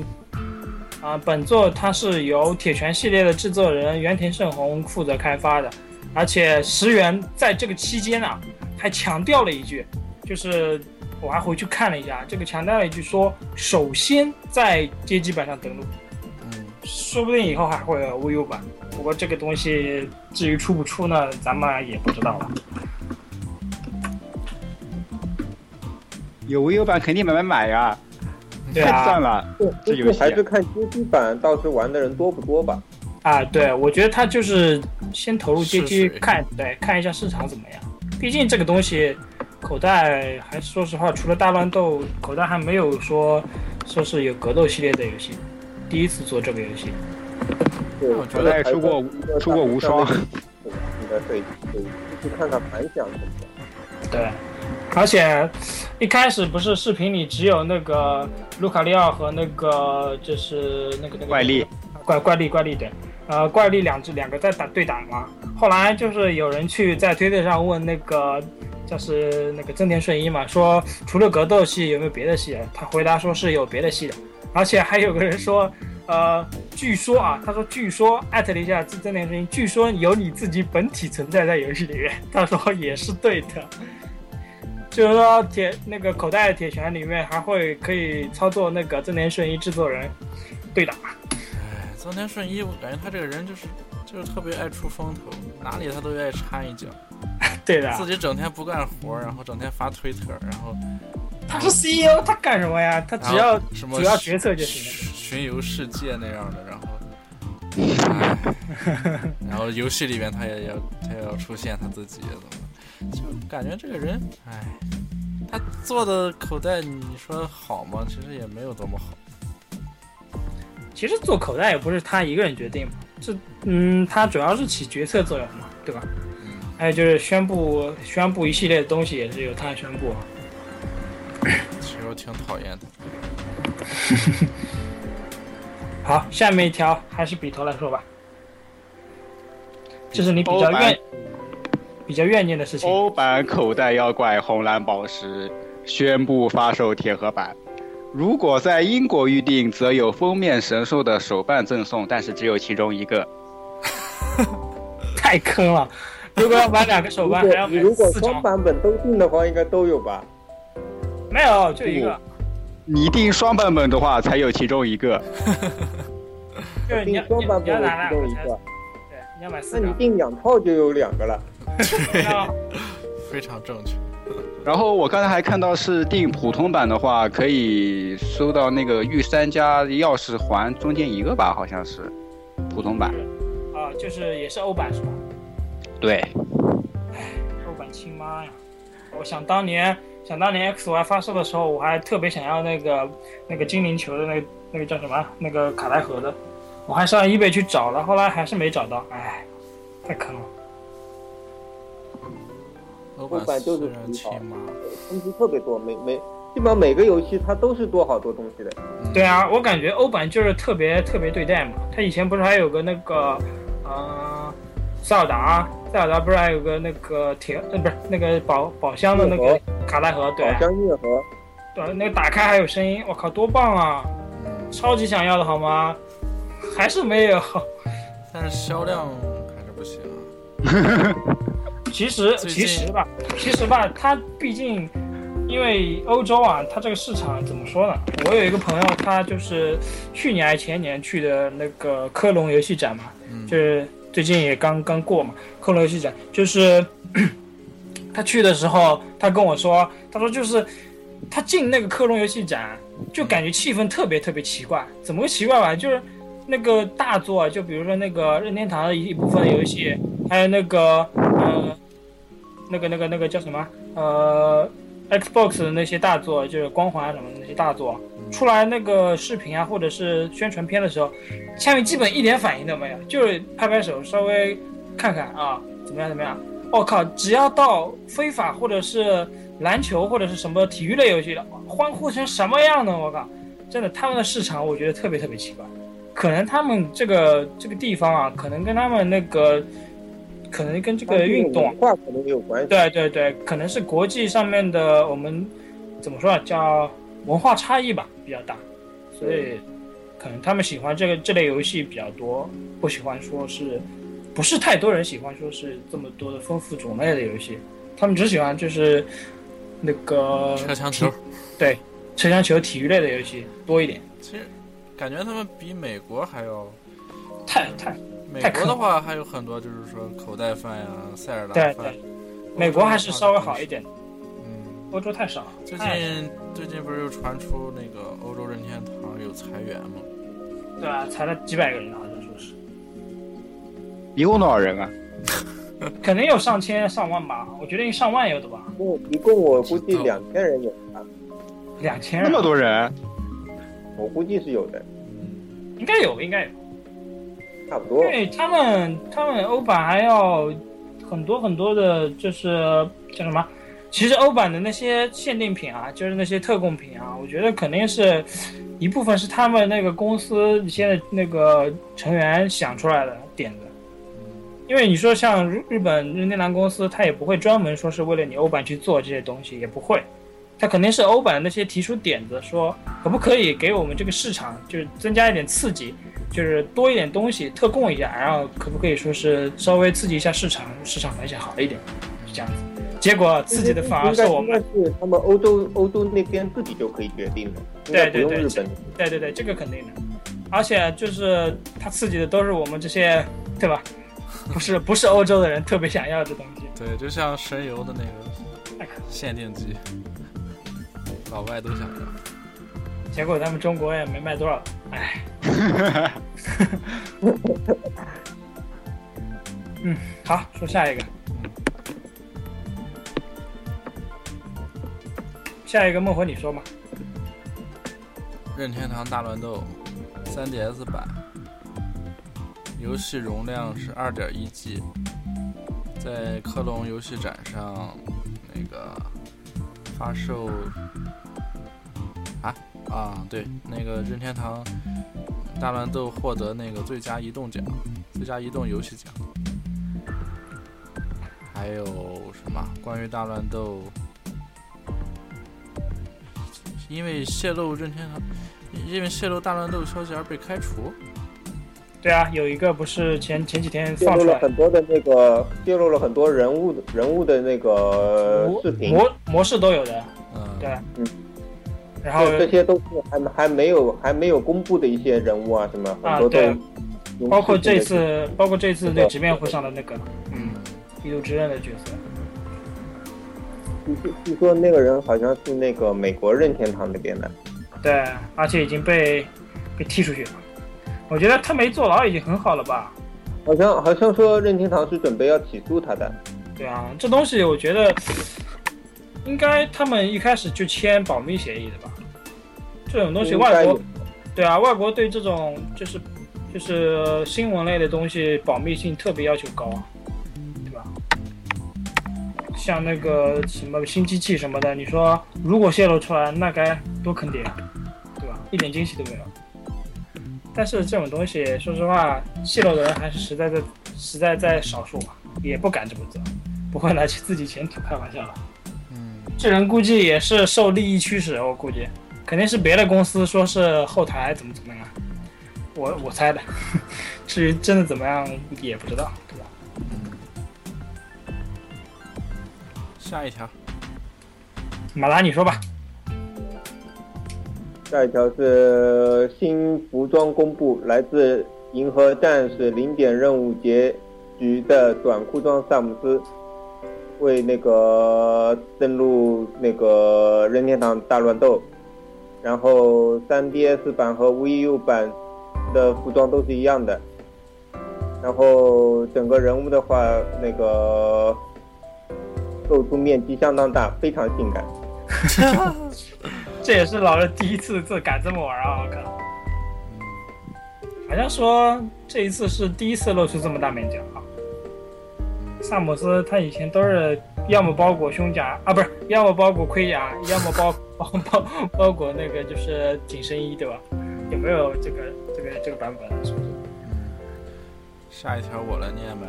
S2: 啊、本作它是由铁拳系列的制作人原田胜宏负责开发的，而且石原在这个期间啊，还强调了一句，就是我还回去看了一下，这个强调了一句说，首先在街机版上登录，
S3: 嗯，
S2: 说不定以后还会有 VU 版。不过这个东西至于出不出呢，咱们也不知道了。
S1: 有 VU 版肯定买买买呀，
S2: 对
S1: 嗯太
S2: 啊
S1: 赞，了！这
S4: 对，
S1: 游戏啊
S4: 还是看街机版到时玩的人多不多吧。
S2: 啊，对，我觉得他就是先投入街
S3: 试
S2: 机
S3: 水
S2: 看，对，看一下市场怎么样。毕竟这个东西，口袋还说实话，除了大乱斗，口袋还没有说说是有格斗系列的游戏，第一次做这个游戏。
S4: 对，
S3: 我
S1: 口袋出过出过无双，
S4: 对应该会对，去看看反响怎么样。
S2: 对，而且一开始不是视频里只有那个卢卡利奥和那个就是那个那个
S1: 怪力，
S2: 怪怪力怪力对，呃怪力两只两个在打对打嘛。后来就是有人去在推特上问那个就是那个增田顺一嘛，说除了格斗系有没有别的系的？他回答说是有别的系的，而且还有个人说。呃，据说啊，他说据说艾特了一下增增田顺一，据说有你自己本体存在在游戏里面，他说也是对的。就是说铁那个口袋铁拳里面还会可以操作那个增田顺一制作人对打，
S3: 哎，增田顺一，我感觉他这个人就是就是特别爱出风头，哪里他都愿意插一脚，
S2: 对的。
S3: 自己整天不干活，然后整天发推特，然后
S2: 他是 CEO，他干什么呀？他只
S3: 然
S2: 要
S3: 后什么
S2: 主要决策就行了。
S3: 巡巡游世界那样的，然后。哎， 然后游戏里面他也要他也要出现他自己，怎么就感觉这个人，哎，他做的口袋你说好吗？其实也没有多么好。
S2: 其实做口袋也不是他一个人决定嘛，这嗯，他主要是起决策作用嘛，对吧？还有就是宣布宣布一系列的东西也是由他宣布啊。
S3: 其实我挺讨厌的。
S2: 好，下面一条还是笔头来说吧，这是你比较
S1: 欧版
S2: 怨比较怨念的事情。
S1: 欧版口袋妖怪红蓝宝石宣布发售铁盒版，如果在英国预定，则有封面神兽的手办赠送，但是只有其中一个。
S2: 太坑了！如果要买两个手
S4: 如
S2: 办，还要
S4: 果你
S2: 买
S4: 如果
S2: 四
S4: 双
S2: 张，
S4: 版本都订的话，应该都有吧？
S2: 没有就一个，
S1: 你订双版本的话，才有其中一个。
S2: 就是你
S4: 订
S2: 要
S4: 双
S2: 你
S4: 版
S2: 你要
S4: 本
S2: 拿两
S4: 我其中
S2: 个
S4: 一
S2: 才，
S4: 个，
S2: 对，你要买
S4: 那
S2: 四
S4: 你
S2: 张。
S4: 订两套就有两个了。
S2: 然后
S3: 非常正确。
S1: 然后我刚才还看到是订普通版的话，可以收到那个御三家钥匙环中间一个吧，好像是普通版。
S2: 啊，就是也是欧版是吧？
S1: 对，
S2: 欧版亲妈呀！我想当年，想当年 XY 发售的时候，我还特别想要那个那个精灵球的那个那个叫什么啊那个卡带盒的，我还上 eBay 去找了，后来还是没找到，哎，太坑了。
S3: 老
S4: 老板
S3: 板
S4: 就
S3: 虽
S4: 是
S3: 然
S4: 皮
S3: 亲
S4: 毛
S3: 妈，
S4: 东西特别多，每每基本上每个游戏它都是多好多东西的。
S2: 对啊，我感觉欧版就是特别特别对待嘛。他以前不是还有个那个，呃，塞尔达，塞尔达不是还有个那个铁，呃，不是那个宝宝箱的那个卡带盒，对啊
S4: 宝箱月盒，
S2: 对，那个打开还有声音，我靠，多棒啊！超级想要的好吗？还是没有。
S3: 但是销量还是不行啊。
S2: 其实
S3: 最
S2: 其
S3: 近
S2: 实吧，其实吧，它毕竟因为欧洲啊，它这个市场怎么说呢？我有一个朋友，他就是去年还前年去的那个科隆游戏展嘛，
S3: 嗯
S2: 就是最近也刚刚过嘛，科隆游戏展，就是 他去的时候，他跟我说，他说就是他进那个科隆游戏展，就感觉气氛特别特别奇怪，怎么个奇怪吧？就是那个大作，啊就比如说那个任天堂的一部分游戏，还有那个呃，那个那个那个叫什么呃，Xbox 的那些大作，就是光环啊什么的那些大作，出来那个视频啊或者是宣传片的时候，下面基本一点反应都没有，就是拍拍手，稍微看看啊，怎么样怎么样。我、靠！只要到非法或者是篮球或者是什么体育类游戏了，欢呼成什么样呢？我靠！真的，他们的市场我觉得特别特别奇怪，可能他们这个这个地方啊，可能跟他们那个，可能跟这
S4: 它
S2: 个运动啊
S4: 文化可能也有关系。
S2: 对对对，可能是国际上面的我们怎么说啊，叫文化差异吧比较大，所以可能他们喜欢这个这类游戏比较多，不喜欢说是不是太多人喜欢说是这么多的丰富种类的游戏，他们只喜欢就是那 个
S4: 嗯
S3: 车墙球，
S2: 对车厢球体育类的游戏多一点，
S3: 其实感觉他们比美国还要。
S2: 太太
S3: 美
S2: 太
S3: 国
S2: 坑
S3: 的
S2: 了
S3: 话还有很多，就是说口袋饭呀、塞尔达
S2: 对
S3: 饭
S2: 对。美国还是稍微好一点，
S3: 嗯，
S2: 欧洲太少。
S3: 最
S2: 太
S3: 近最近不是又传出那个欧洲任天堂有裁员吗？
S2: 对啊，裁了几百个人好像说是。
S1: 一共多少人啊？
S2: 可能有上千上万吧，我觉得上万有的吧，
S4: 一共一共我估计两千人有吧，
S2: 两千
S1: 那
S2: 人
S1: 么多人，
S4: 我估计是有的，
S2: 应该有，应该有，
S4: 差不
S2: 因
S4: 多。
S2: 为他们他们欧版还要很多很多的，就是叫什么？其实欧版的那些限定品啊，就是那些特供品啊，我觉得肯定是一部分是他们那个公司现在那个成员想出来的点子。因为你说像日日本任天堂公司，它也不会专门说是为了你欧版去做这些东西，也不会，它肯定是欧版那些提出点子，说可不可以给我们这个市场就是增加一点刺激，就是多一点东西特供一下，然后可不可以说是稍微刺激一下市场，市场反响好一点，是这样子。结果刺激的反而是我们
S4: 应该是他们欧洲欧洲那边自己就可以决定的，应该不用日本。
S2: 对对对，这个肯定的。而且就是它刺激的都是我们这些，对吧？不是不是欧洲的人特别想要的东西，
S3: 对，就像神游的那个
S2: 太可
S3: 限定机，老外都想要。
S2: 惜。结果咱们中国也没卖多少，哎唉。嗯，好，说下一个。下一个梦回你说嘛？
S3: 任天堂大乱斗 3DS 版，游戏容量是2 1 G，在科隆游戏展上那个发售啊，对，那个任天堂大乱斗获得那个最佳移动奖、最佳移动游戏奖，还有什么关于大乱斗？因为泄露任天堂，因为泄露大乱斗消息而被开除。
S2: 对啊，有一个不是前前几天
S4: 泄
S2: 放
S4: 露
S2: 出
S4: 了
S2: 来
S4: 很多的那个，泄露了很多人物的人物的那个
S2: 模
S4: 呃视频，
S2: 模模式都有的，
S3: 嗯，
S2: 对啊
S4: 嗯，
S2: 然后
S4: 对这些都是还还没有还没有公布的一些人物啊什么，
S2: 啊
S4: 很多都
S2: 对
S4: 有
S2: 包括这
S4: 视频的
S2: 次，包括这次那直面会上的那个，嗯，一路之刃的角色，
S4: 据据据说那个人好像是那个美国任天堂那边的，
S2: 对，而且已经被被踢出去了。我觉得他没坐牢已经很好了吧？
S4: 好像好像说任天堂是准备要起诉他的，
S2: 对啊，这东西我觉得应该他们一开始就签保密协议的吧？这种东西
S4: 应该
S2: 外国
S4: 有
S2: 对啊，外国对这种就是就是新闻类的东西保密性特别要求高啊，对吧？像那个什么新机器什么的，你说如果泄露出来，那该多坑爹，啊对吧？一点惊喜都没有。但是这种东西，说实话，泄露的人还是实在在实在在少数吧，也不敢这么做，不会拿起自己前途开玩笑了。
S3: 嗯，
S2: 这人估计也是受利益驱使，我估计肯定是别的公司说是后台怎么怎么样，啊我我猜的。 至于真的怎么样也不知道，对吧？
S3: 下一条，
S2: 马达你说吧，
S4: 下一条是新服装公布，来自银河战士零点任务结局的短裤装萨姆斯，为那个登陆那个任天堂大乱斗，然后 3DS 版和 VU 版的服装都是一样的，然后整个人物的话，那个露出面积相当大，非常性感。
S2: 这也是老任第一次自敢这么玩啊！我靠，好像说这一次是第一次露出这么大面积啊。萨姆斯他以前都是要么包裹胸甲啊，不是，要么包裹盔甲，要么包 包包包裹那个就是紧身衣，对吧？有没有这个这个这个版本？啊是不是？
S3: 下一条我来念呗。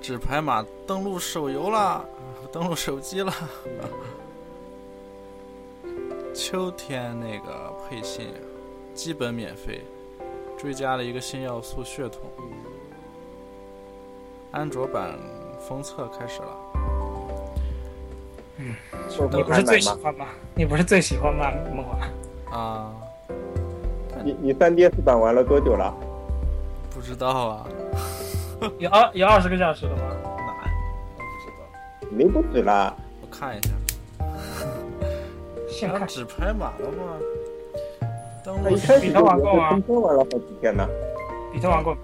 S3: 纸牌马登录手游啦，登录手机啦。秋天那个配信啊基本免费，追加了一个新要素血统。安卓版封测开始了。
S4: 我
S2: 你不是
S4: 还买
S2: 最喜
S4: 吗
S2: 欢吗？你不是最喜欢吗？梦华，
S3: 啊，
S4: 你你 3DS 版玩了多久了？
S3: 不知道啊，
S2: 有二有二十个小时了吗？
S3: 哪？我不知道，
S4: 没不止啦，
S3: 我看一下。
S2: 现
S3: 啊
S2: 看
S3: 纸牌马的话，登
S4: 他
S3: 录
S4: 一开始
S2: 比
S4: 就
S2: 他玩过吗
S4: 今天玩了好几天呢。
S2: 比特玩过没？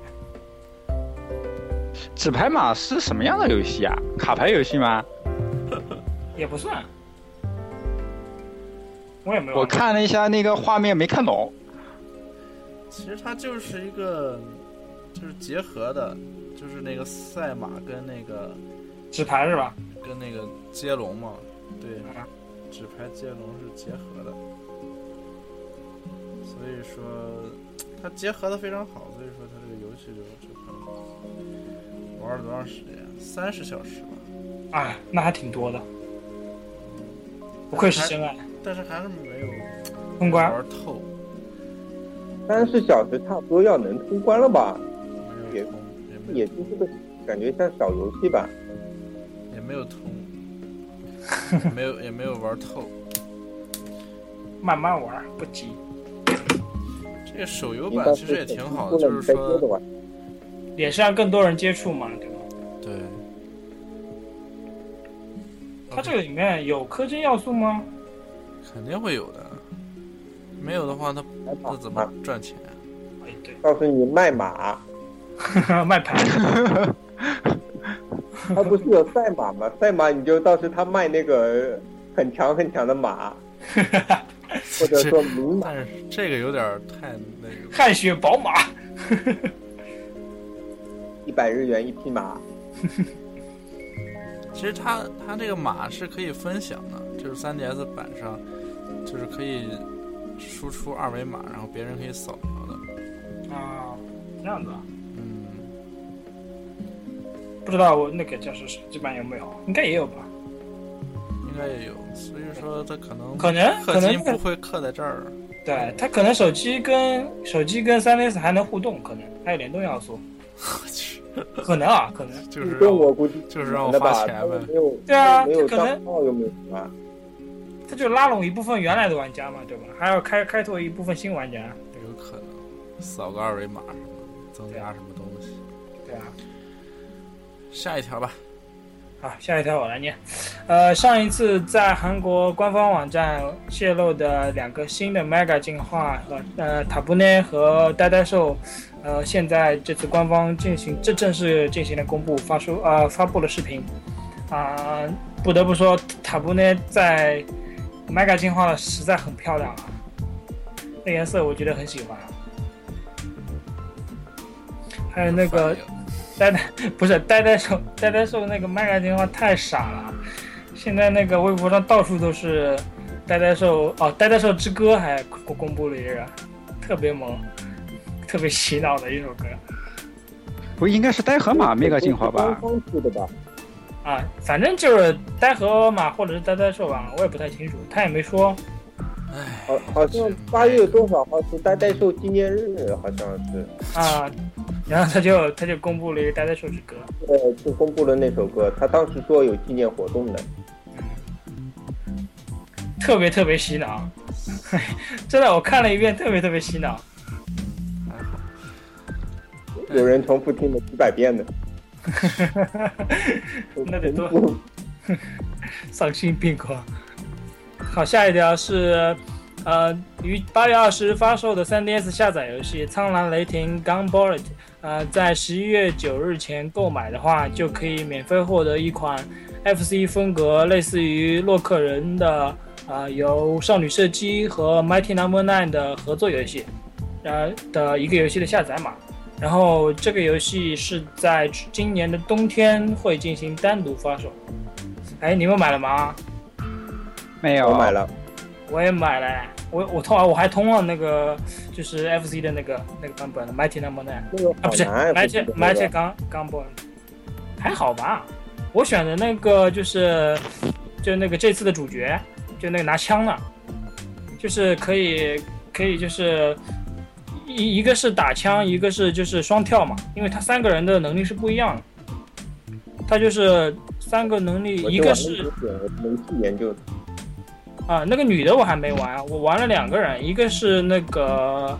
S1: 纸牌马是什么样的游戏啊？卡牌游戏吗？
S2: 也不算，我也没玩过
S1: 我看了一下那个画面，没看懂。
S3: 其实它就是一个，就是结合的，就是那个赛马跟那个
S2: 纸牌是吧？
S3: 跟那个接龙嘛，对，
S2: 啊
S3: 纸牌接龙是结合的，所以说它结合的非常好，所以说它这个游戏就就很好。玩了多长时间？三十小时吧，
S2: 啊，那还挺多的，不愧是真爱，
S3: 但是还是没有
S2: 通关
S3: 玩透，
S4: 三十小时差不多要能通关了吧？
S3: 没
S4: 也
S3: 有通，也没有
S4: 也就是个感觉像小游戏吧。
S3: 也没有通，也没有也没有玩透。
S2: 慢慢玩，不急。
S3: 这个手游
S4: 应
S3: 版
S4: 该
S3: 其实也挺好的，
S4: 不
S3: 就
S4: 能
S3: 是
S4: 再接着
S3: 说，
S4: 玩。
S2: 也是让更多人接触嘛，对吧？
S3: 对，
S2: 它这个里面有氪金要素吗？
S3: 肯定会有的，没有的话他
S4: 来
S3: 他
S4: 吧
S3: 怎么赚钱？
S2: 哎，对，
S4: 告诉你 卖马，
S2: 卖牌
S4: 它不是有赛马吗？赛马你就到时他卖那个很强很强 的马，或者说名马。
S3: 但是这个有点儿太那个，
S2: 汗血宝马，
S4: 一百日元一匹马，
S3: 其实它它这个马是可以分享的，就是 3DS 版上就是可以输出二维码，然后别人可以扫描的。
S2: 啊，这样子啊，
S3: 嗯，
S2: 不知道我那个就是手机版有没有，应该也有吧？
S3: 应该也有，所以说它可能
S2: 可能可
S3: 氪
S2: 能
S3: 金不会氪在这儿。
S2: 对它可能手机跟手机跟3 DS 还能互动，可能还有联动要素，
S3: 我去，
S2: 可能啊，可能。
S3: 就是
S4: 你
S3: 让
S4: 跟我估计
S3: 就是让我
S4: 那吧
S3: 花钱呗
S4: 没有
S2: 对啊
S4: 没有
S2: 这可能
S4: 账号又没有什么，
S2: 它就拉拢一部分原来的玩家嘛，对吧？还要开开拓一部分新玩家，
S3: 有可能扫个二维码什么，增加什么东西。
S2: 对啊。
S3: 下一条吧，
S2: 好，下一条我来念。呃，上一次在韩国官方网站泄露的两个新的 Mega 进化和呃塔布内和呆呆兽，呃，现在这次官方进行这正式进行了公布，发出呃发布了视频。啊、不得不说，塔布内在 Mega 进化的实在很漂亮啊，那颜色我觉得很喜欢。啊还有那个
S3: 反应
S2: 呆呆不是呆呆兽，呆呆兽那个麦感情况太傻了。现在那个微博上到处都是呆呆兽哦，呆呆兽之歌还公公布了一个，特别萌，特别洗脑的一首歌
S1: 不应该是呆河马 mega 进化吧？
S4: 官方出的吧？
S2: 啊。反正就是呆河马或者是呆呆兽吧，我也不太清楚，他也没说。
S3: 唉，
S4: 好，好像八月多少号是呆呆兽纪念日，好像是，
S2: 啊，然后他就他就公布了一个《呆呆兽之歌》，
S4: 呃，就公布了那首歌，他当时说有纪念活动的，
S2: 特别特别洗脑， 真的我看了一遍，特别特别洗脑。
S3: 还好。
S4: 有人重复听了几百 遍的，
S2: 那得多丧心病狂。好，下一条是，呃，于八月二十日发售的 3DS 下载游戏《苍蓝雷霆 Gunbolt》，呃，在十一月九日前购买的话，就可以免费获得一款 FC 风格类似于洛克人的，呃，由少女射击和 Mighty Number、Nine 的合作游戏，呃的一个游戏的下载码。然后这个游戏是在今年的冬天会进行单独发售。哎，你们买了吗？
S1: 没有，
S4: 我买。了，
S2: 我也买了，我我通我还通了那个就是 FC 的那个那个版本的 Mighty Number Nine
S4: 哦那个
S2: 啊，
S4: 好
S2: 不是
S4: 难
S2: Mighty Mighty 刚刚 b o 还好吧？我选的那个就是就那个这次的主角，就那个拿枪的，就是可以可以就是一一个是打枪，一个是就是双跳嘛，因为他三个人的能力是不一样的，他就是三个能力，一个是。
S4: 我没去研究，
S2: 啊，那个女的我还没玩，我玩了两个人，一个是那个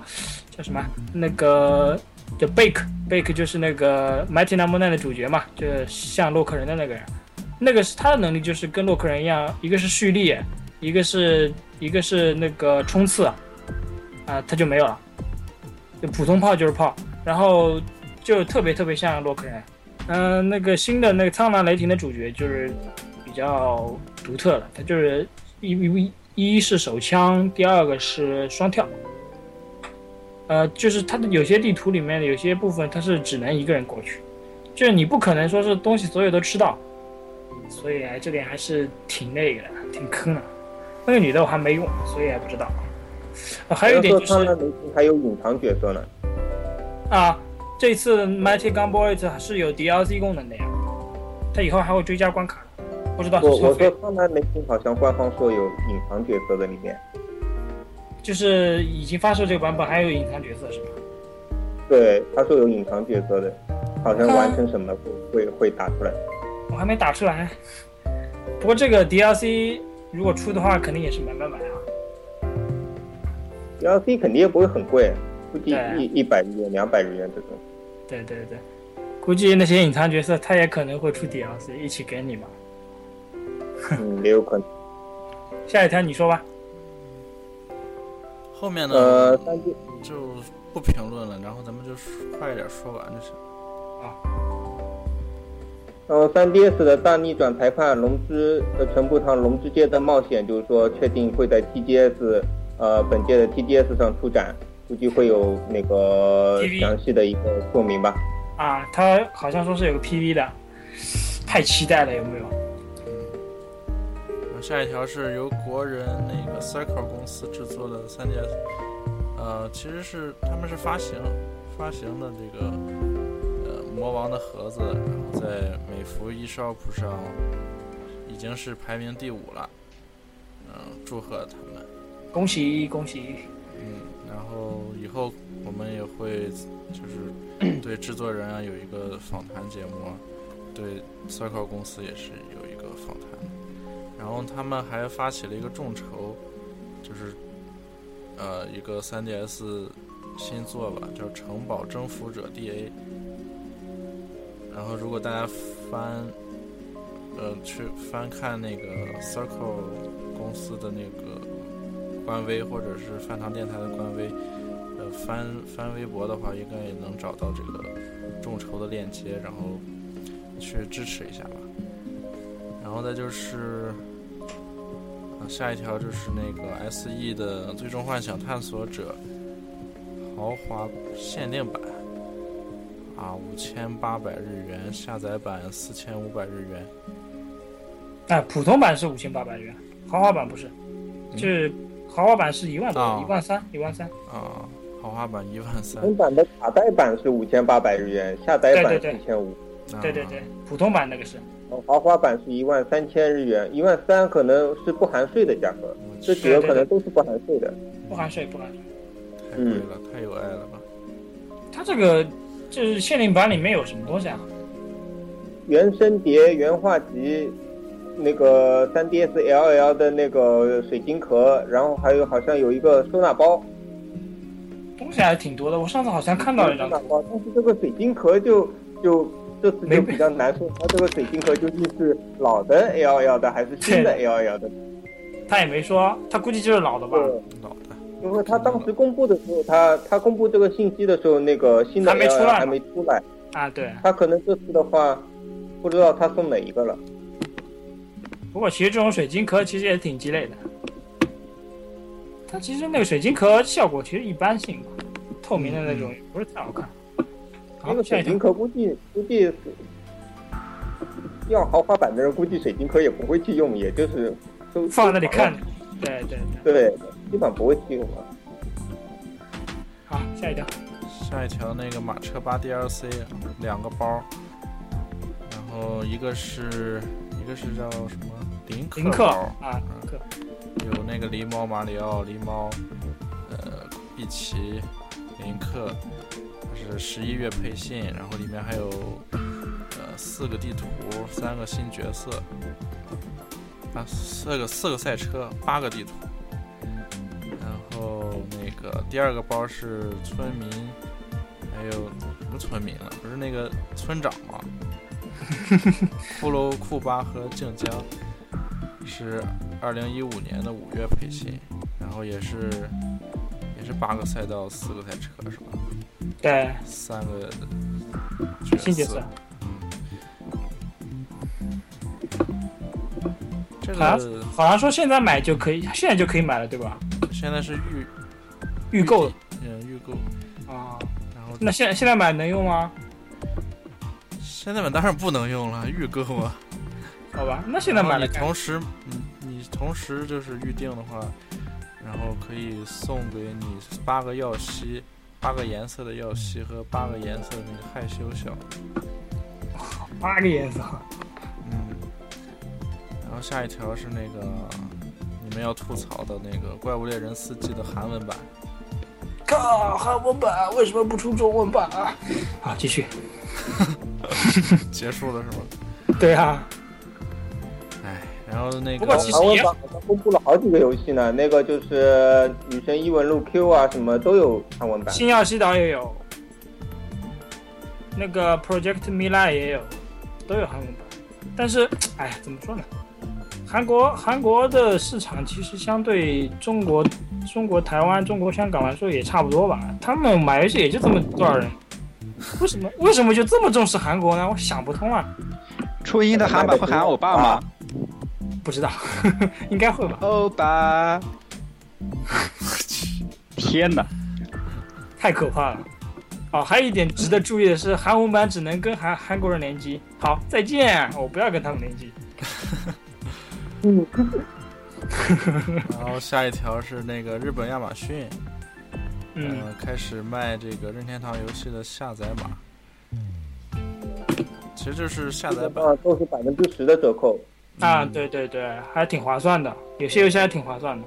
S2: 叫什么，那个叫 Bake Bake 就是那个 Mighty Number Nine 的主角嘛，就是像洛克人的那个人，那个是他的能力就是跟洛克人一样，一个是蓄力，一个是一个是那个冲刺，啊，他就没有了，就普通炮就是炮，然后就特别特别像洛克人。嗯、那个新的那个苍蓝雷霆的主角就是比较独特了，他就是一一一是手枪，第二个是双跳。呃，就是它的有些地图里面的有些部分，它是只能一个人过去，就是你不可能说是东西所有都吃到，所以哎这点还是挺那个的，挺坑的。那个女的我还没用，所以还不知道。呃还有一点就是，
S4: 他们还有隐藏角色呢，
S2: 啊，这次 Mighty Gun Boys 是有 DLC 功能的呀，它以后还会追加关卡，不知道
S4: 我
S2: 啊是消
S4: 我
S2: 费
S4: 说，苍蓝雷霆好像官方说有隐藏角色在里面，
S2: 就是已经发售这个版本还有隐藏角色是吧？
S4: 对，他说有隐藏角色的，好像完成什么会会会打出来。
S2: 我还没打出来。不过这个 DLC 如果出的话，肯定也是买买买啊。
S4: DLC 肯定也不会很贵，估计
S2: 对啊
S4: 一一百日元、两百日元这种。
S2: 对对对，估计那些隐藏角色它也可能会出 DLC 一起给你嘛。
S4: 嗯，也有可能。
S2: 下一条你说吧。
S3: 后面呢？
S2: 嗯
S4: 呃，三 D
S3: 就不评论了，然后咱们就快一点说完就行。
S4: 然后呃三 DS 的大逆转裁判龙之呃陈步堂龙之街的冒险，就是说确定会在 TGS 呃本届的 TGS 上出展，估计会有那个
S2: TV
S4: 详细的一个说明吧。
S2: 啊，他好像说是有个 PV 的，太期待了，有没有？
S3: 哎
S6: 嗯，下一条是由国人那个 Cycle 公司制作的 3DS，呃，其实是他们是发行发行的这个呃魔王的盒子，然后在美服 eShop 上已经是排名第五了，嗯、祝贺他们，
S2: 恭喜恭喜！
S6: 嗯，然后以后我们也会就是对制作人啊有一个访谈节目啊，对 Circle 公司也是有一个访谈，然后他们还发起了一个众筹，就是呃一个 3DS 新作吧，叫《城堡征服者 DA》，然后如果大家翻呃去翻看那个 Circle 公司的那个官微或者是饭堂电台的官微，呃，翻翻微博的话，应该也能找到这个众筹的链接，然后去支持一下吧。然后再就是，啊，下一条就是那个 S E 的《最终幻想探索者》豪华限定版，啊，五千八百日元，下载版四千五百日元。
S2: 哎，普通版是五千八百元，豪华版不是，就是豪华版是一万
S6: 哦
S2: 多，一万三，一万三。
S6: 啊，豪华版一万三。
S2: 哦
S4: 原版的卡带版是五千八百日元，下载
S2: 对
S4: 版
S2: 对
S4: 四
S2: 对
S4: 千五，
S2: 对对对，普通版那个是。
S4: 豪华版是一万三千日元，一万三可能是不含税的价格，
S6: 啊，我
S4: 这
S6: 去
S4: 几个可能都是不含税的。
S2: 不含税，不含税。
S6: 太贵了，太有爱了吧？
S2: 它这个就是限定版里面有什么东西啊？
S4: 原声碟、原画集，那个 3DS LL 的那个水晶壳，然后还有好像有一个收纳包，
S2: 东西还挺多的。我上次好像看到一
S4: 收
S2: 张
S4: 纳包，但是这个水晶壳就就这次
S2: 没
S4: 就比较难说，它这个水晶壳究竟是老的 LL 的还是新的 LL 的？
S2: 他也没说，他估计就是老的吧，
S6: 老的，
S4: 因为他当时公布的时候，他他公布这个信息的时候，那个新的
S2: 还没出
S4: LL
S2: 来
S4: 还没出来，
S2: 啊，对。
S4: 他可能这次的话，不知道他送哪一个了。
S2: 不过其实这种水晶壳其实也挺鸡肋的，它其实那个水晶壳效果其实一般性吧，透明的那种也不是太好看。
S4: 那
S2: 好，
S4: 个
S2: 下
S4: 水
S2: 一条
S4: 晶壳估计估计是要豪华版的人，估计水晶壳也不会去用，也就是都
S2: 放在那里看
S4: 都。
S2: 对对对，
S4: 藏了对，基本不会去用了。
S2: 好，下一条。
S6: 下一条那个马车吧 DLC 两个包，然后一个是一个是叫什么林克
S2: 林克
S6: 包，
S2: 啊，林克，
S6: 有那个狸猫马里奥、狸猫，呃，碧琪、林克，它是十一月配信，然后里面还有呃四个地图、三个新角色，啊，四个四个赛车、八个地图，然后那个第二个包是村民，还有什么村民了？不是那个村长吗？ 骷髅库巴和静江是二零一五年的五月培训，然后也是也是八个赛道，四个赛车是吧？
S2: 对，
S6: 三个嗯
S2: 新角色。
S6: 这
S2: 好像
S6: 个
S2: 好像说现在买就可以，现在就可以买了，对吧？
S6: 现在是预
S2: 预购了
S6: 嗯预购，
S2: 啊。
S6: 然后
S2: 那现在现在买能用吗？
S6: 现在版当然不能用了，预购啊。
S2: 好吧，那 现在
S6: 然后
S2: 买了
S6: 你
S2: 看
S6: 同时你你同时就是预定的话，然后可以送给你八个耀西。八个颜色的耀西和八个颜色的那个害羞小
S2: 八个颜色，
S6: 嗯，然后下一条是那个你们要吐槽的那个《怪物猎人四季》的韩文版，
S2: 靠，韩文版为什么不出中文版啊？好，继续。
S6: 结束了是吗？
S2: 对啊，
S6: 哎，然后那个
S2: 不过其实
S4: 韩文
S2: 也
S4: 版好像公布了好几个游戏呢，那个就是《女神异闻录 Q》啊，什么都有韩文版。
S2: 星耀西岛也有，那个 Project Mila 也有，都有韩文版。但是，哎，怎么说呢？韩国韩国的市场其实相对中国、中国台湾、中国香港来说也差不多吧。他们买游戏也就这么多少人，为什么为什么就这么重视韩国呢？我想不通啊，
S1: 初音的韩版会喊欧巴吗？
S2: 不知道， 应该会吧？
S1: 欧巴，天哪！
S2: 太可怕了。哦，还有一点值得注意的是，韩文版只哦能跟韩韩国人联机。好，再见，我不要跟他们联机。
S3: 然后下一条是那个日本亚马逊，
S2: 嗯，
S3: 呃，开始卖这个任天堂游戏的下载码，其实就是下
S4: 基
S3: 载
S4: 本
S3: 版。
S4: 上都是百分之十的折扣。
S2: 啊，对对对，还挺划算的，有些游戏还挺划算的。嗯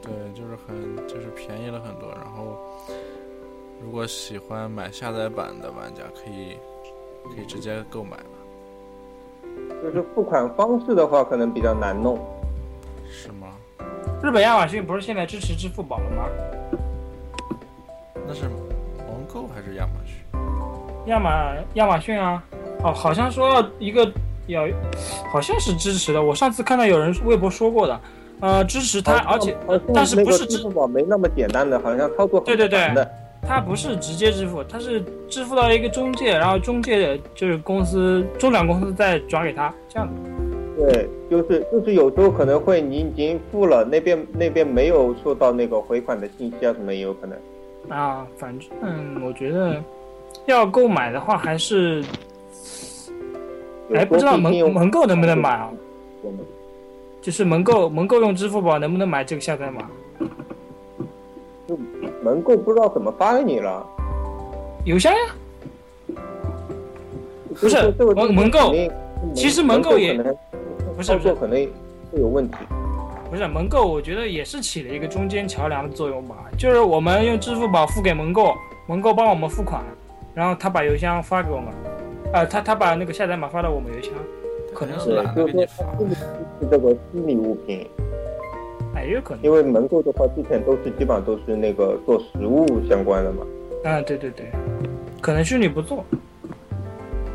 S3: 对，就是很就是便宜了很多。然后，如果喜欢买下载版的玩家，可以可以直接购买了，
S4: 就是付款方式的话，可能比较难弄。
S3: 是吗？
S2: 日本亚马逊不是现在支持支付宝了吗？
S3: 那是网购还是亚马逊？
S2: 亚马亚马逊啊，哦，好像说要一个要，好像是支持的。我上次看到有人微博说过的，呃，支持它，而且
S4: 好像
S2: 但是
S4: 那
S2: 不
S4: 个
S2: 是
S4: 支
S2: 支
S4: 付宝没那么简单的，好像操作很
S2: 对对对
S4: 难的。
S2: 它不是直接支付，它是支付到一个中介，然后中介就是公司中转公司再转给他，这样的。
S4: 对，就是就是有时候可能会你已经付了，那边那边没有收到那个回款的信息啊什么也有可能。
S2: 啊，反正嗯，我觉得要购买的话，还是哎，不知道
S4: 有时候毕竟
S2: 盟
S4: 有
S2: 盟购能不能买啊？
S4: 我们
S2: 就是盟购盟购用支付宝能不能买这个下载码？
S4: 门购不知道怎么发给你了。
S2: 邮箱呀，不是
S4: 这个这个
S2: 盟盟购
S4: 肯定
S2: 其实
S4: 盟
S2: 盟购也
S4: 可能
S2: 不是
S4: 操
S2: 不是
S4: 作可能会有问题。
S2: 不是盟购，我觉得也是起了一个中间桥梁的作用吧。就是我们用支付宝付给盟购，盟购帮我们付款，然后他把邮箱发给我们，啊、他他把那个下载码发到我们邮箱，可能是
S4: 对
S3: 懒，得
S4: 就是
S3: 给你
S4: 说
S3: 发。
S4: 它是是这个虚拟物品，
S2: 哎，也有可能。
S4: 因为门购的话，之前都是基本上都是那个做实物相关的嘛，
S2: 啊，对对对，可能虚拟不做。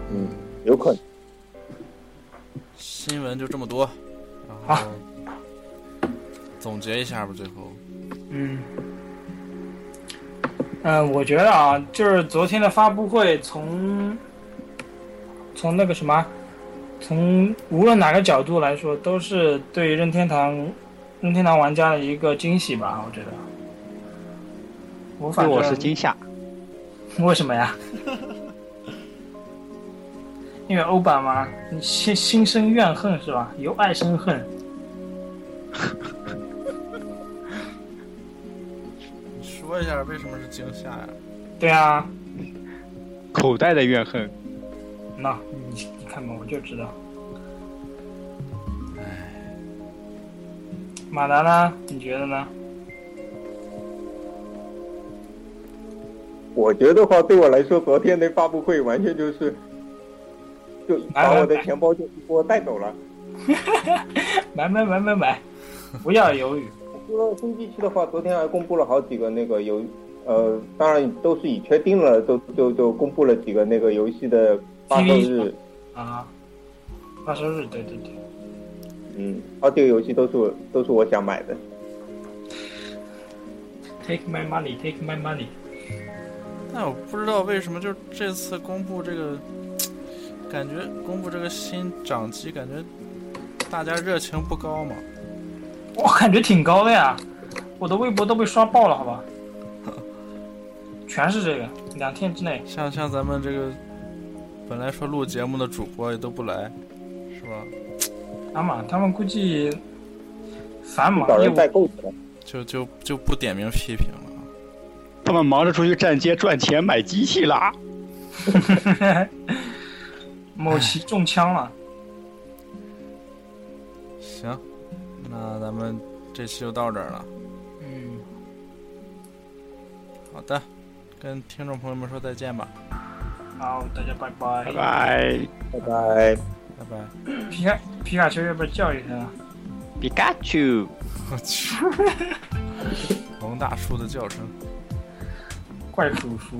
S4: 嗯，有可能。
S3: 新闻就这么多，然后
S2: 好
S3: 总结一下吧，最后。
S2: 嗯，嗯，我觉得啊，就是昨天的发布会从从那个什么，从无论哪个角度来说，都是对任天堂任天堂玩家的一个惊喜吧。我觉得，我
S1: 对
S2: 反正
S1: 我是惊吓。
S2: 为什么呀？ 因为欧版嘛，你心心生怨恨是吧？由爱生恨。
S3: 你说一下为什么是惊吓呀、
S2: 对啊，
S1: 口袋的怨恨，
S2: 那你你看吧，我就知道。唉，马达呢？你觉得呢？
S4: 我觉得话，对我来说，昨天的发布会完全就是，就把我的钱包就一波带走了。
S2: 买买买买买，不要犹豫。
S4: 除了新机器的话，昨天还公布了好几个那个游，呃，当然都是已确定了，都就就公布了几个那个游戏的发售日，
S2: 啊，发售日，对对对。
S4: 嗯，好几个游戏都是我都是我想买的。
S2: Take my money, take my money。
S3: 但我不知道为什么，就这次公布这个，感觉公布这个新掌机，感觉大家热情不高嘛。
S2: 我感觉挺高的呀，我的微博都被刷爆了，好吧？全是这个，两天之内。
S3: 像像咱们这个本来说录节目的主播也都不来，是吧？
S2: 阿玛他们估计繁忙
S4: 找
S2: 业
S4: 人
S2: 务
S4: 代购去了，
S3: 就就就不点名批评了。啊。
S1: 他们忙着出去站街赚钱买机器啦。
S2: 某奇中枪了。
S3: 行，那咱们这期就到这儿了。
S2: 嗯，
S3: 好的，跟听众朋友们说再见吧，
S2: 好，大家拜
S1: 拜拜，
S4: 拜拜。
S3: 拜拜。
S2: 皮卡皮卡丘要不要教育他啊？
S1: 皮卡丘。
S3: 我 去，龙大叔的叫声。
S2: 怪叔叔。